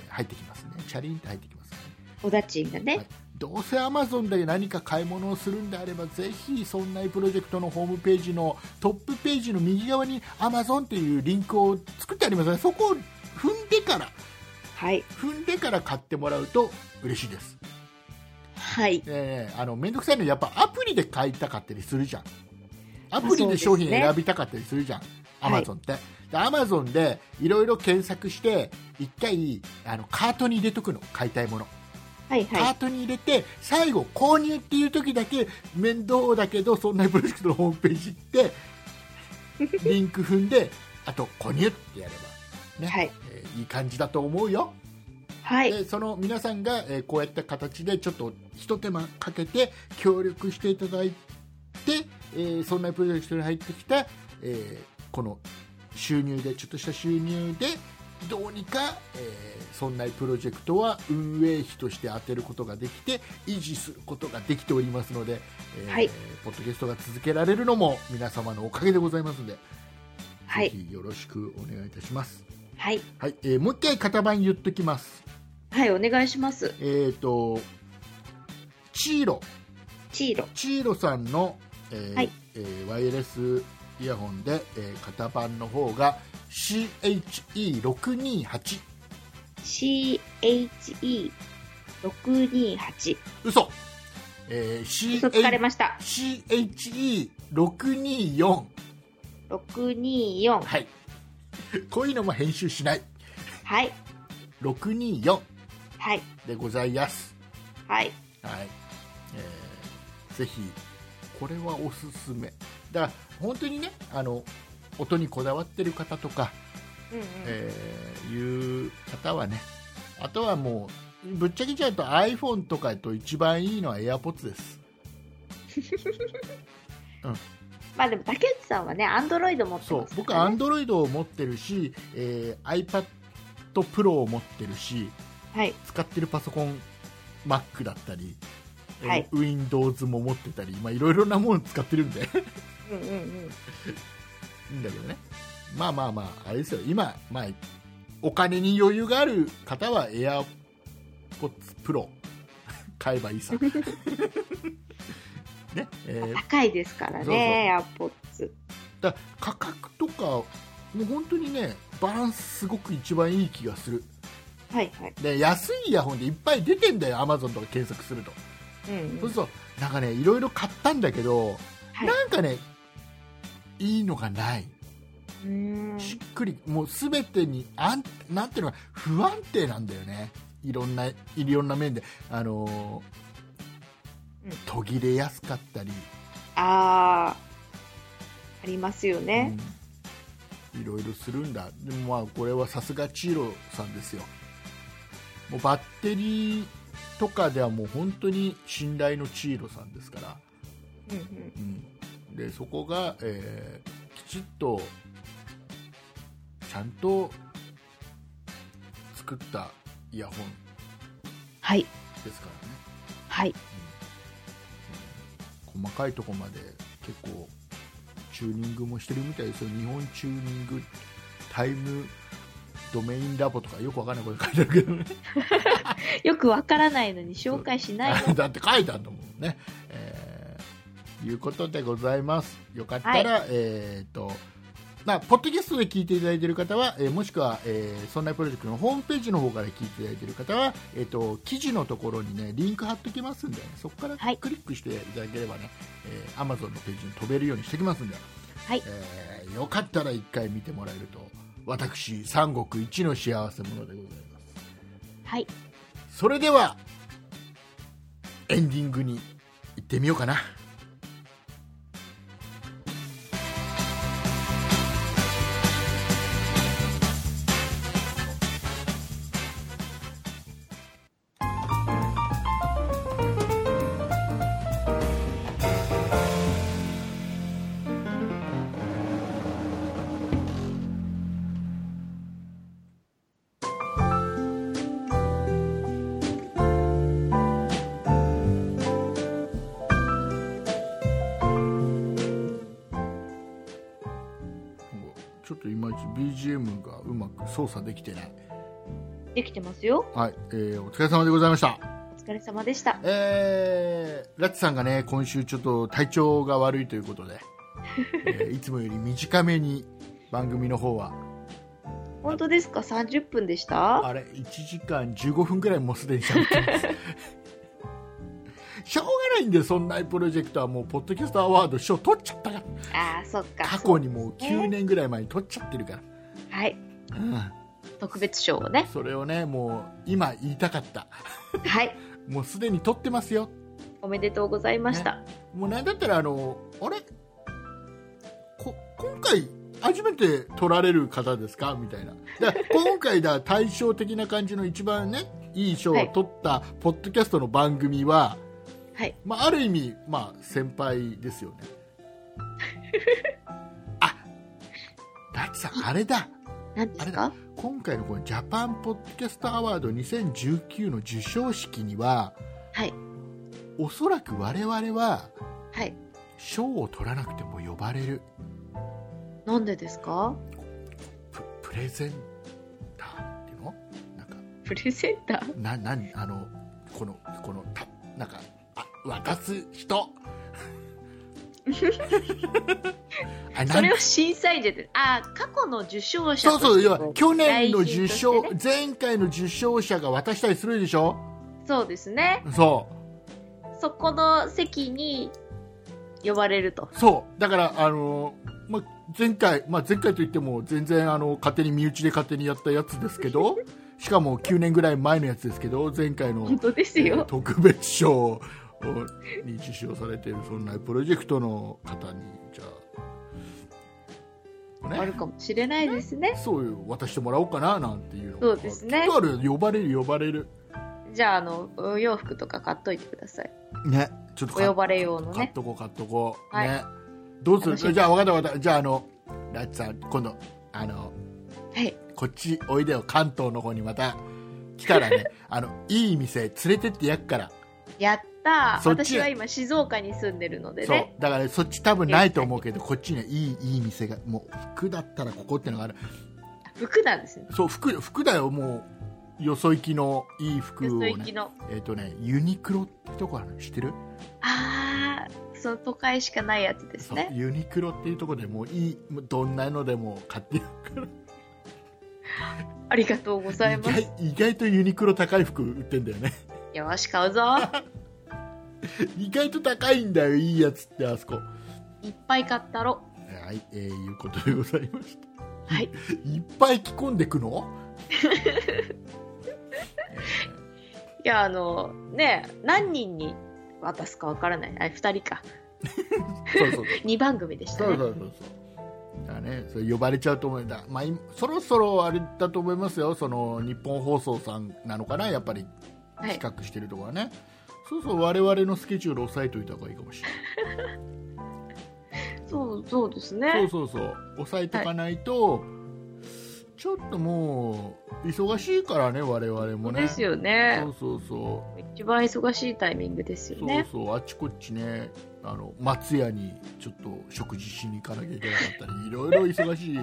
[SPEAKER 2] 入ってきますねチャリンって入ってきますね
[SPEAKER 3] おだちんがね、
[SPEAKER 2] はいどうせ Amazon で何か買い物をするんであればぜひそんなプロジェクトのホームページのトップページの右側に Amazon っていうリンクを作ってありますねそこを踏んでから
[SPEAKER 3] はい、
[SPEAKER 2] 踏んでから買ってもらうと嬉しいです
[SPEAKER 3] はい、
[SPEAKER 2] えーあのめんどくさいのやっぱアプリで買いたかったりするじゃんアプ
[SPEAKER 3] そ
[SPEAKER 2] リ
[SPEAKER 3] うで
[SPEAKER 2] です
[SPEAKER 3] ね
[SPEAKER 2] 商品選びたかったりするじゃん、ア
[SPEAKER 3] は
[SPEAKER 2] マ
[SPEAKER 3] い
[SPEAKER 2] ゾンってでアマゾンでいろいろ検索して一回あのカートに入れとくの買いたいもの
[SPEAKER 3] はい、
[SPEAKER 2] カ
[SPEAKER 3] はい
[SPEAKER 2] ートに入れて最後購入っていう時だけ面倒だけどそんなプロジェクトのホームページ行って リンク踏んであと購入ってやればね、
[SPEAKER 3] はい
[SPEAKER 2] えーいい感じだと思うよ、
[SPEAKER 3] はい、
[SPEAKER 2] でその皆さんが、えーこうやった形でちょっとひと手間かけて協力していただいて、えーそんなプロジェクトに入ってきた、えーこの収入でちょっとした収入でどうにか、えー、そんなプロジェクトは運営費として当てることができて維持することができておりますので、えー
[SPEAKER 3] はい
[SPEAKER 2] ポッドキャストが続けられるのも皆様のおかげでございますので、
[SPEAKER 3] はい
[SPEAKER 2] ぜひよろしくお願いいたします。
[SPEAKER 3] はい、
[SPEAKER 2] はい、えーもう一回型番言っときます。
[SPEAKER 3] はい、お願いします。
[SPEAKER 2] えー、とチーロ
[SPEAKER 3] チーロ、
[SPEAKER 2] チーロさんの、えー
[SPEAKER 3] はい
[SPEAKER 2] えーワイヤレスイヤホンで、えー型番の方が CHE628
[SPEAKER 3] C. H. E. 六二八。
[SPEAKER 2] 嘘、えー
[SPEAKER 3] 嘘つかれました。
[SPEAKER 2] CH CHE624
[SPEAKER 3] 六二四。
[SPEAKER 2] はいこういうのも編集しない
[SPEAKER 3] はい、
[SPEAKER 2] 624
[SPEAKER 3] はい、
[SPEAKER 2] でございます
[SPEAKER 3] はい、
[SPEAKER 2] はい、えーぜひこれはおすすめだから本当にねあの音にこだわってる方とか、
[SPEAKER 3] うん、うん、
[SPEAKER 2] えーいう方はねあとはもうぶっちゃけちゃうと iPhone とかと一番いいのは AirPods です
[SPEAKER 3] まあ、でも、竹内さんはね、アンドロイド持って
[SPEAKER 2] そ
[SPEAKER 3] ま
[SPEAKER 2] う
[SPEAKER 3] す
[SPEAKER 2] 僕
[SPEAKER 3] から
[SPEAKER 2] は
[SPEAKER 3] ね。
[SPEAKER 2] Android を持ってるし、えー iPadPro を持ってるし
[SPEAKER 3] はい、
[SPEAKER 2] 使ってるパソコン Mac だったり、えー
[SPEAKER 3] はい
[SPEAKER 2] Windows も持ってたりまあいろいろなもの使ってるんで
[SPEAKER 3] うん、うん、うん。
[SPEAKER 2] いいんだけどねまあまあまああれですよ今、まあ、お金に余裕がある方は AirPods Pro 買えばいいさ ねえー
[SPEAKER 3] 高いですからね、アポッツ。
[SPEAKER 2] だ価格とかもう本当にねバランスすごく一番いい気がする
[SPEAKER 3] はい、はい、
[SPEAKER 2] で安いイヤホンでいっぱい出てんだよ Amazon とか検索すると、
[SPEAKER 3] うん、う。
[SPEAKER 2] そうんするとなんかねいろいろ買ったんだけど、
[SPEAKER 3] はい
[SPEAKER 2] なんかねいいのがないう
[SPEAKER 3] ーん
[SPEAKER 2] しっくりもう全てにあんなんていうのか不安定なんだよねいろんないろんな面で、あのー
[SPEAKER 3] うん
[SPEAKER 2] 途切れやすかったり、
[SPEAKER 3] ああ。ありますよね。
[SPEAKER 2] うんいろいろするんだでもまあこれはさすがチーロさんですよもうバッテリーとかではもう本当に信頼のチーロさんですから、
[SPEAKER 3] うん、うん、
[SPEAKER 2] うん、でそこが、えーきちっとちゃんと作ったイヤホン
[SPEAKER 3] はい、
[SPEAKER 2] ですからね、
[SPEAKER 3] はい、
[SPEAKER 2] うん細かいとこまで結構チューニングもしてるみたいですよ日本チューニングタイムドメインラボとかよくわかんないこと書いてあるけどね
[SPEAKER 3] よくわからないのに紹介しない の。
[SPEAKER 2] だって書いてあるんだもんね。えーいうことでございます。よかったら、えっ、と、まあ、ポッドキャストで聞いていただいている方は、えーもしくは、えーそんなプロジェクトのホームページの方から聞いていただいている方は、えっ、と、記事のところにね、リンク貼っておきますんで、そこから
[SPEAKER 3] はい
[SPEAKER 2] クリックしていただければね、えー Amazon のページに飛べるようにしておきますんで、
[SPEAKER 3] はい
[SPEAKER 2] えーよかったら一回見てもらえると、私、三国一の幸せ者でございます。
[SPEAKER 3] はい、
[SPEAKER 2] それではエンディングに行ってみようかなちょっといまいち BGM がうまく操作できてない。
[SPEAKER 3] できてますよ。
[SPEAKER 2] はい、えーお疲れ様でございました。
[SPEAKER 3] お疲れ様でした。
[SPEAKER 2] えー、ラッチさんがね、今週ちょっと体調が悪いということ で、えーいつもより短めに番組の方は、
[SPEAKER 3] 本当ですか ?30 分でした
[SPEAKER 2] あれ、1時間15分くらいもうすでに喋って ます。しょうがないんで、そんなプロジェクトはもう、ポッドキャストアワード賞取っちゃったから、
[SPEAKER 3] ああ、そっか。
[SPEAKER 2] 過去にもう9年ぐらい前に取っちゃってるから。
[SPEAKER 3] はい。
[SPEAKER 2] うん
[SPEAKER 3] 特別賞をね。
[SPEAKER 2] それをねもう今言いたかった
[SPEAKER 3] はい。
[SPEAKER 2] もうすでに撮ってますよ
[SPEAKER 3] おめでとうございました。
[SPEAKER 2] もうなんだったらあのあれこ今回初めて撮られる方ですかみたいなだから今回だ対照的な感じの一番ねいい賞を取ったポッドキャストの番組は、
[SPEAKER 3] はい
[SPEAKER 2] まあ、ある意味、まあ、先輩ですよねあだってさんあれだ
[SPEAKER 3] 何ですか
[SPEAKER 2] 今回のこのジャパンポッドキャストアワード2019の授賞式には
[SPEAKER 3] はい。
[SPEAKER 2] おそらく我々は
[SPEAKER 3] はい。
[SPEAKER 2] 賞を取らなくても呼ばれる
[SPEAKER 3] なんでですか
[SPEAKER 2] ププレゼンターっていうのなんか
[SPEAKER 3] プレゼンター
[SPEAKER 2] な何あのこのこのたなんかあ渡す人あ
[SPEAKER 3] そ
[SPEAKER 2] なん
[SPEAKER 3] れを審査員じゃて、ああ、過去の受賞者
[SPEAKER 2] そうそう要
[SPEAKER 3] 要
[SPEAKER 2] は去年の受賞、
[SPEAKER 3] ね、
[SPEAKER 2] 前回の受賞者が渡したりするでしょ
[SPEAKER 3] そうですね。
[SPEAKER 2] そう
[SPEAKER 3] そこの席に呼ばれると。
[SPEAKER 2] そうだからあのま前回、まあ、前回といっても全然あの勝手に身内で勝手にやったやつですけどしかも9年ぐらい前のやつですけど前回の
[SPEAKER 3] 本当です
[SPEAKER 2] えー
[SPEAKER 3] よ。
[SPEAKER 2] 特別賞に受賞されているそんなプロジェクトの方にじゃあ、
[SPEAKER 3] あるかもしれないですね。
[SPEAKER 2] そういう渡してもらおうかななんていうのが
[SPEAKER 3] そうですね
[SPEAKER 2] きっとあるよ呼ばれる呼ばれる
[SPEAKER 3] じゃあ、あの、お洋服とか買っといてください。
[SPEAKER 2] ねちょっと
[SPEAKER 3] お呼ばれ用の
[SPEAKER 2] 買っ
[SPEAKER 3] ね。
[SPEAKER 2] とこう買っとこう、
[SPEAKER 3] はい
[SPEAKER 2] ねどうす
[SPEAKER 3] 楽しみ
[SPEAKER 2] るじゃあ分かった分かったじゃああのラッチさん今度あの
[SPEAKER 3] はい。
[SPEAKER 2] こっちおいでよ関東の方にまた来たら ねあのいい店連れてってやっから、
[SPEAKER 3] やったー
[SPEAKER 2] そっち
[SPEAKER 3] 私は今静岡に住んでるので
[SPEAKER 2] そう
[SPEAKER 3] ね。
[SPEAKER 2] だから、ね、そっち多分ないと思うけどこっちにはいいいい店がもう服だったらここってのがある
[SPEAKER 3] 服なんですね。
[SPEAKER 2] そう服服だよもうよそ行きのいい服を
[SPEAKER 3] そう
[SPEAKER 2] ね
[SPEAKER 3] 行きの。
[SPEAKER 2] えっ、とねユニクロってとこあるの知ってる、
[SPEAKER 3] あー、その都会しかないやつです
[SPEAKER 2] そう
[SPEAKER 3] ね。
[SPEAKER 2] ユニクロっていうとこでもういいもうどんなのでも買ってやるから
[SPEAKER 3] ありがとうござい
[SPEAKER 2] 意
[SPEAKER 3] ます。
[SPEAKER 2] 外意外とユニクロ高い服売ってんだよね
[SPEAKER 3] よし、買 うぞ。
[SPEAKER 2] 意外と高いんだよいいやつってあそこ
[SPEAKER 3] いっぱい買ったろ。
[SPEAKER 2] はい、えー、いうことでございました
[SPEAKER 3] はい。
[SPEAKER 2] いっぱい着込んでくの
[SPEAKER 3] いや、あの、ねえ何人に渡すかわからない。あ、二人か。
[SPEAKER 2] そう そう
[SPEAKER 3] 二番組でした
[SPEAKER 2] そうそう
[SPEAKER 3] ね。
[SPEAKER 2] そうそうだからねそれ呼ばれちゃうと思うんだ、まあ、今そろそろあれだと思いますよその日本放送さんなのかなやっぱり
[SPEAKER 3] は
[SPEAKER 2] 企
[SPEAKER 3] い。
[SPEAKER 2] 画してるとこはね、そうそう我々のスケジュール押さえといた方がいいかもしれ
[SPEAKER 3] そう、そうです
[SPEAKER 2] ない
[SPEAKER 3] ね。
[SPEAKER 2] そうそうそう押さえとかないと、ちょっともう忙しいからね我々
[SPEAKER 3] そ
[SPEAKER 2] も
[SPEAKER 3] う
[SPEAKER 2] ね
[SPEAKER 3] ですよね
[SPEAKER 2] そ。うそうそう
[SPEAKER 3] 一番忙しいタイミングですよね。
[SPEAKER 2] そうそうあっちこっちねあの松屋にちょっと食事しに行かなきゃいけなかったりいろいろ忙しい、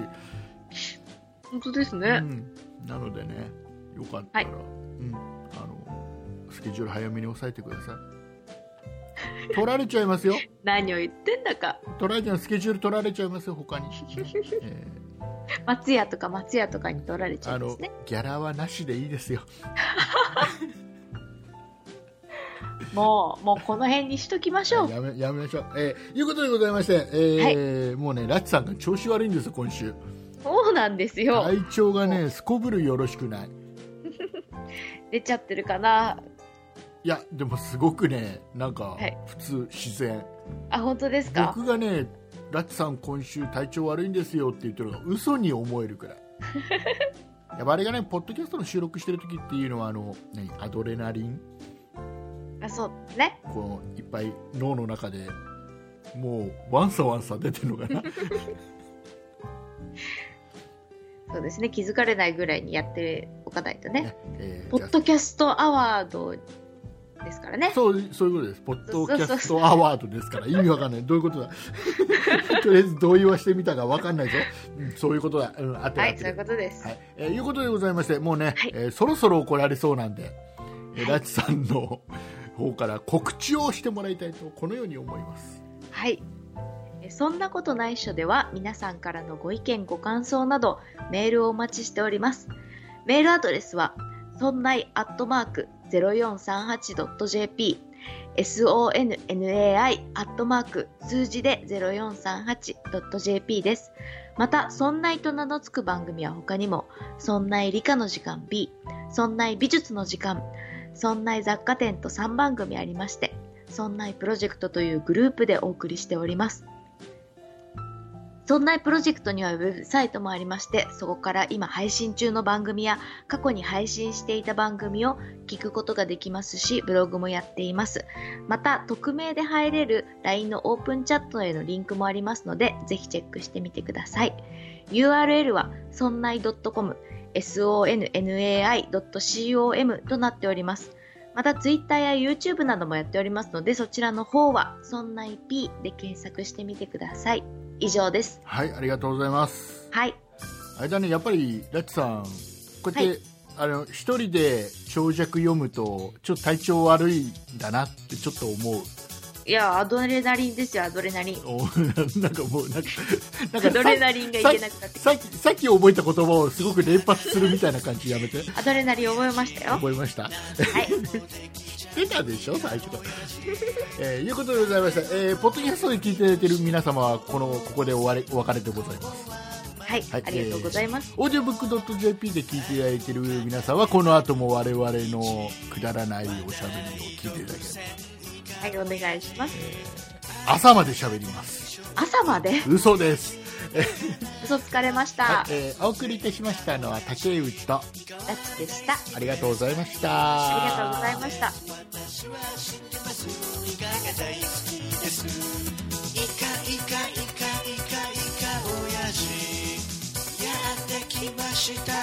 [SPEAKER 3] 本当です
[SPEAKER 2] う
[SPEAKER 3] ね。
[SPEAKER 2] ん、なのでねよかったら、うん、あのスケジュール早めに押さえてください取られちゃいますよ
[SPEAKER 3] 何を言ってんだか。
[SPEAKER 2] 取られちゃうスケジュール取られちゃいますよ他 に、え
[SPEAKER 3] 松屋とか松屋とかに取られち
[SPEAKER 2] ー
[SPEAKER 3] ゃ
[SPEAKER 2] あ
[SPEAKER 3] うんで
[SPEAKER 2] の
[SPEAKER 3] すね。
[SPEAKER 2] ギャラはなしでいいですよ
[SPEAKER 3] もう、もうこの辺にしときましょう。
[SPEAKER 2] やめやめましょう、えーいうことでございまして、えーもうねラチさんが調子悪いんですよ今週
[SPEAKER 3] そうなんですよ。
[SPEAKER 2] 体調がねすこぶるよろしくない
[SPEAKER 3] 出ちゃってるかな。
[SPEAKER 2] いやでもすごくねなんか
[SPEAKER 3] はい
[SPEAKER 2] 普通自然、
[SPEAKER 3] あ、本当ですか。
[SPEAKER 2] 僕がねラッチさん今週体調悪いんですよって言ってるのが嘘に思えるく らいやっぱあれがねポッドキャストの収録してる時っていうのはあの何アドレナリン
[SPEAKER 3] あ、そうね。
[SPEAKER 2] こういっぱい脳の中でもうワンサワンサ出てるのか な
[SPEAKER 3] そうですね。気づかれないぐらいにやっておかないとね。
[SPEAKER 2] ね、えー
[SPEAKER 3] ポ
[SPEAKER 2] じゃ
[SPEAKER 3] ッドキャストアワードですからね。
[SPEAKER 2] そうそういうことです。ポッドキ
[SPEAKER 3] そ
[SPEAKER 2] ャ
[SPEAKER 3] う
[SPEAKER 2] ス
[SPEAKER 3] そう
[SPEAKER 2] トアワードですから、意味わかんない。どういうことだ とりあえず同意はしてみたがわかんないぞ。うんそういうことだ。うん、あってる
[SPEAKER 3] は
[SPEAKER 2] 合っ
[SPEAKER 3] い、
[SPEAKER 2] て
[SPEAKER 3] そういう
[SPEAKER 2] る。
[SPEAKER 3] ことです。
[SPEAKER 2] はい、えーいうことでございまして、もうね、
[SPEAKER 3] はい
[SPEAKER 2] えーそろそろ怒られそうなんで、えーラチさんの方から告知をしてもらいたいと、このように思います。
[SPEAKER 3] はい。えそんなことないっしょでは皆さんからのご意見ご感想などメールをお待ちしております。メールアドレスはそんないアットマーク 0438.jp sonnai アットマーク数字で 0438.jp です。また、そんないと名の付く番組は他にも、そんない理科の時間 B、そんない美術の時間、そんない雑貨店と3番組ありまして、そんないプロジェクトというグループでお送りしております。そんないプロジェクトにはウェブサイトもありまして、そこから今配信中の番組や過去に配信していた番組を聞くことができますし、ブログもやっています。また、匿名で入れる LINE のオープンチャットへのリンクもありますので、ぜひチェックしてみてください。URL はそんない .com、sonnai.com となっております。また Twitter や YouTube などもやっておりますのでそちらの方は「そんな IP」で検索してみてください以上です
[SPEAKER 2] はい、ありがとうございます。
[SPEAKER 3] はい
[SPEAKER 2] あれだね、やっぱりラッチさん、こうやって、
[SPEAKER 3] はい
[SPEAKER 2] あの一人で長尺読むと、ちょっと体調悪いんだなってちょっと思う。
[SPEAKER 3] いやアドレナリンですよアドレナリン
[SPEAKER 2] おなんかもうなんかなん
[SPEAKER 3] ア
[SPEAKER 2] か
[SPEAKER 3] ドレナリンがいけなくなって
[SPEAKER 2] さっきさっき覚えた言葉をすごく連発するみたいな感じやめて。
[SPEAKER 3] アドレナリン覚えましたよ
[SPEAKER 2] 覚えました。
[SPEAKER 3] はい
[SPEAKER 2] 出たでしょ最初から。 えーいうことでございました。えーポッドキャストで聞いていただいている皆様はこのここで終わりお別れでございます。
[SPEAKER 3] はい、
[SPEAKER 2] はい
[SPEAKER 3] ありがとうございます、
[SPEAKER 2] オーディオブックドット JP で聞いていただいている皆さんはこの後も我々のくだらないおしゃべりを聞いていただければ
[SPEAKER 3] はいお願いします
[SPEAKER 2] 朝まで喋ります。
[SPEAKER 3] 朝まで
[SPEAKER 2] 嘘です。
[SPEAKER 3] 嘘つかれまし
[SPEAKER 2] は
[SPEAKER 3] た
[SPEAKER 2] い、えーお送りいたしましたのは竹内と
[SPEAKER 3] ラッチでした
[SPEAKER 2] ありがとうございました。
[SPEAKER 3] ありがとうございました
[SPEAKER 4] イカイカイカイカイカ親父やってきました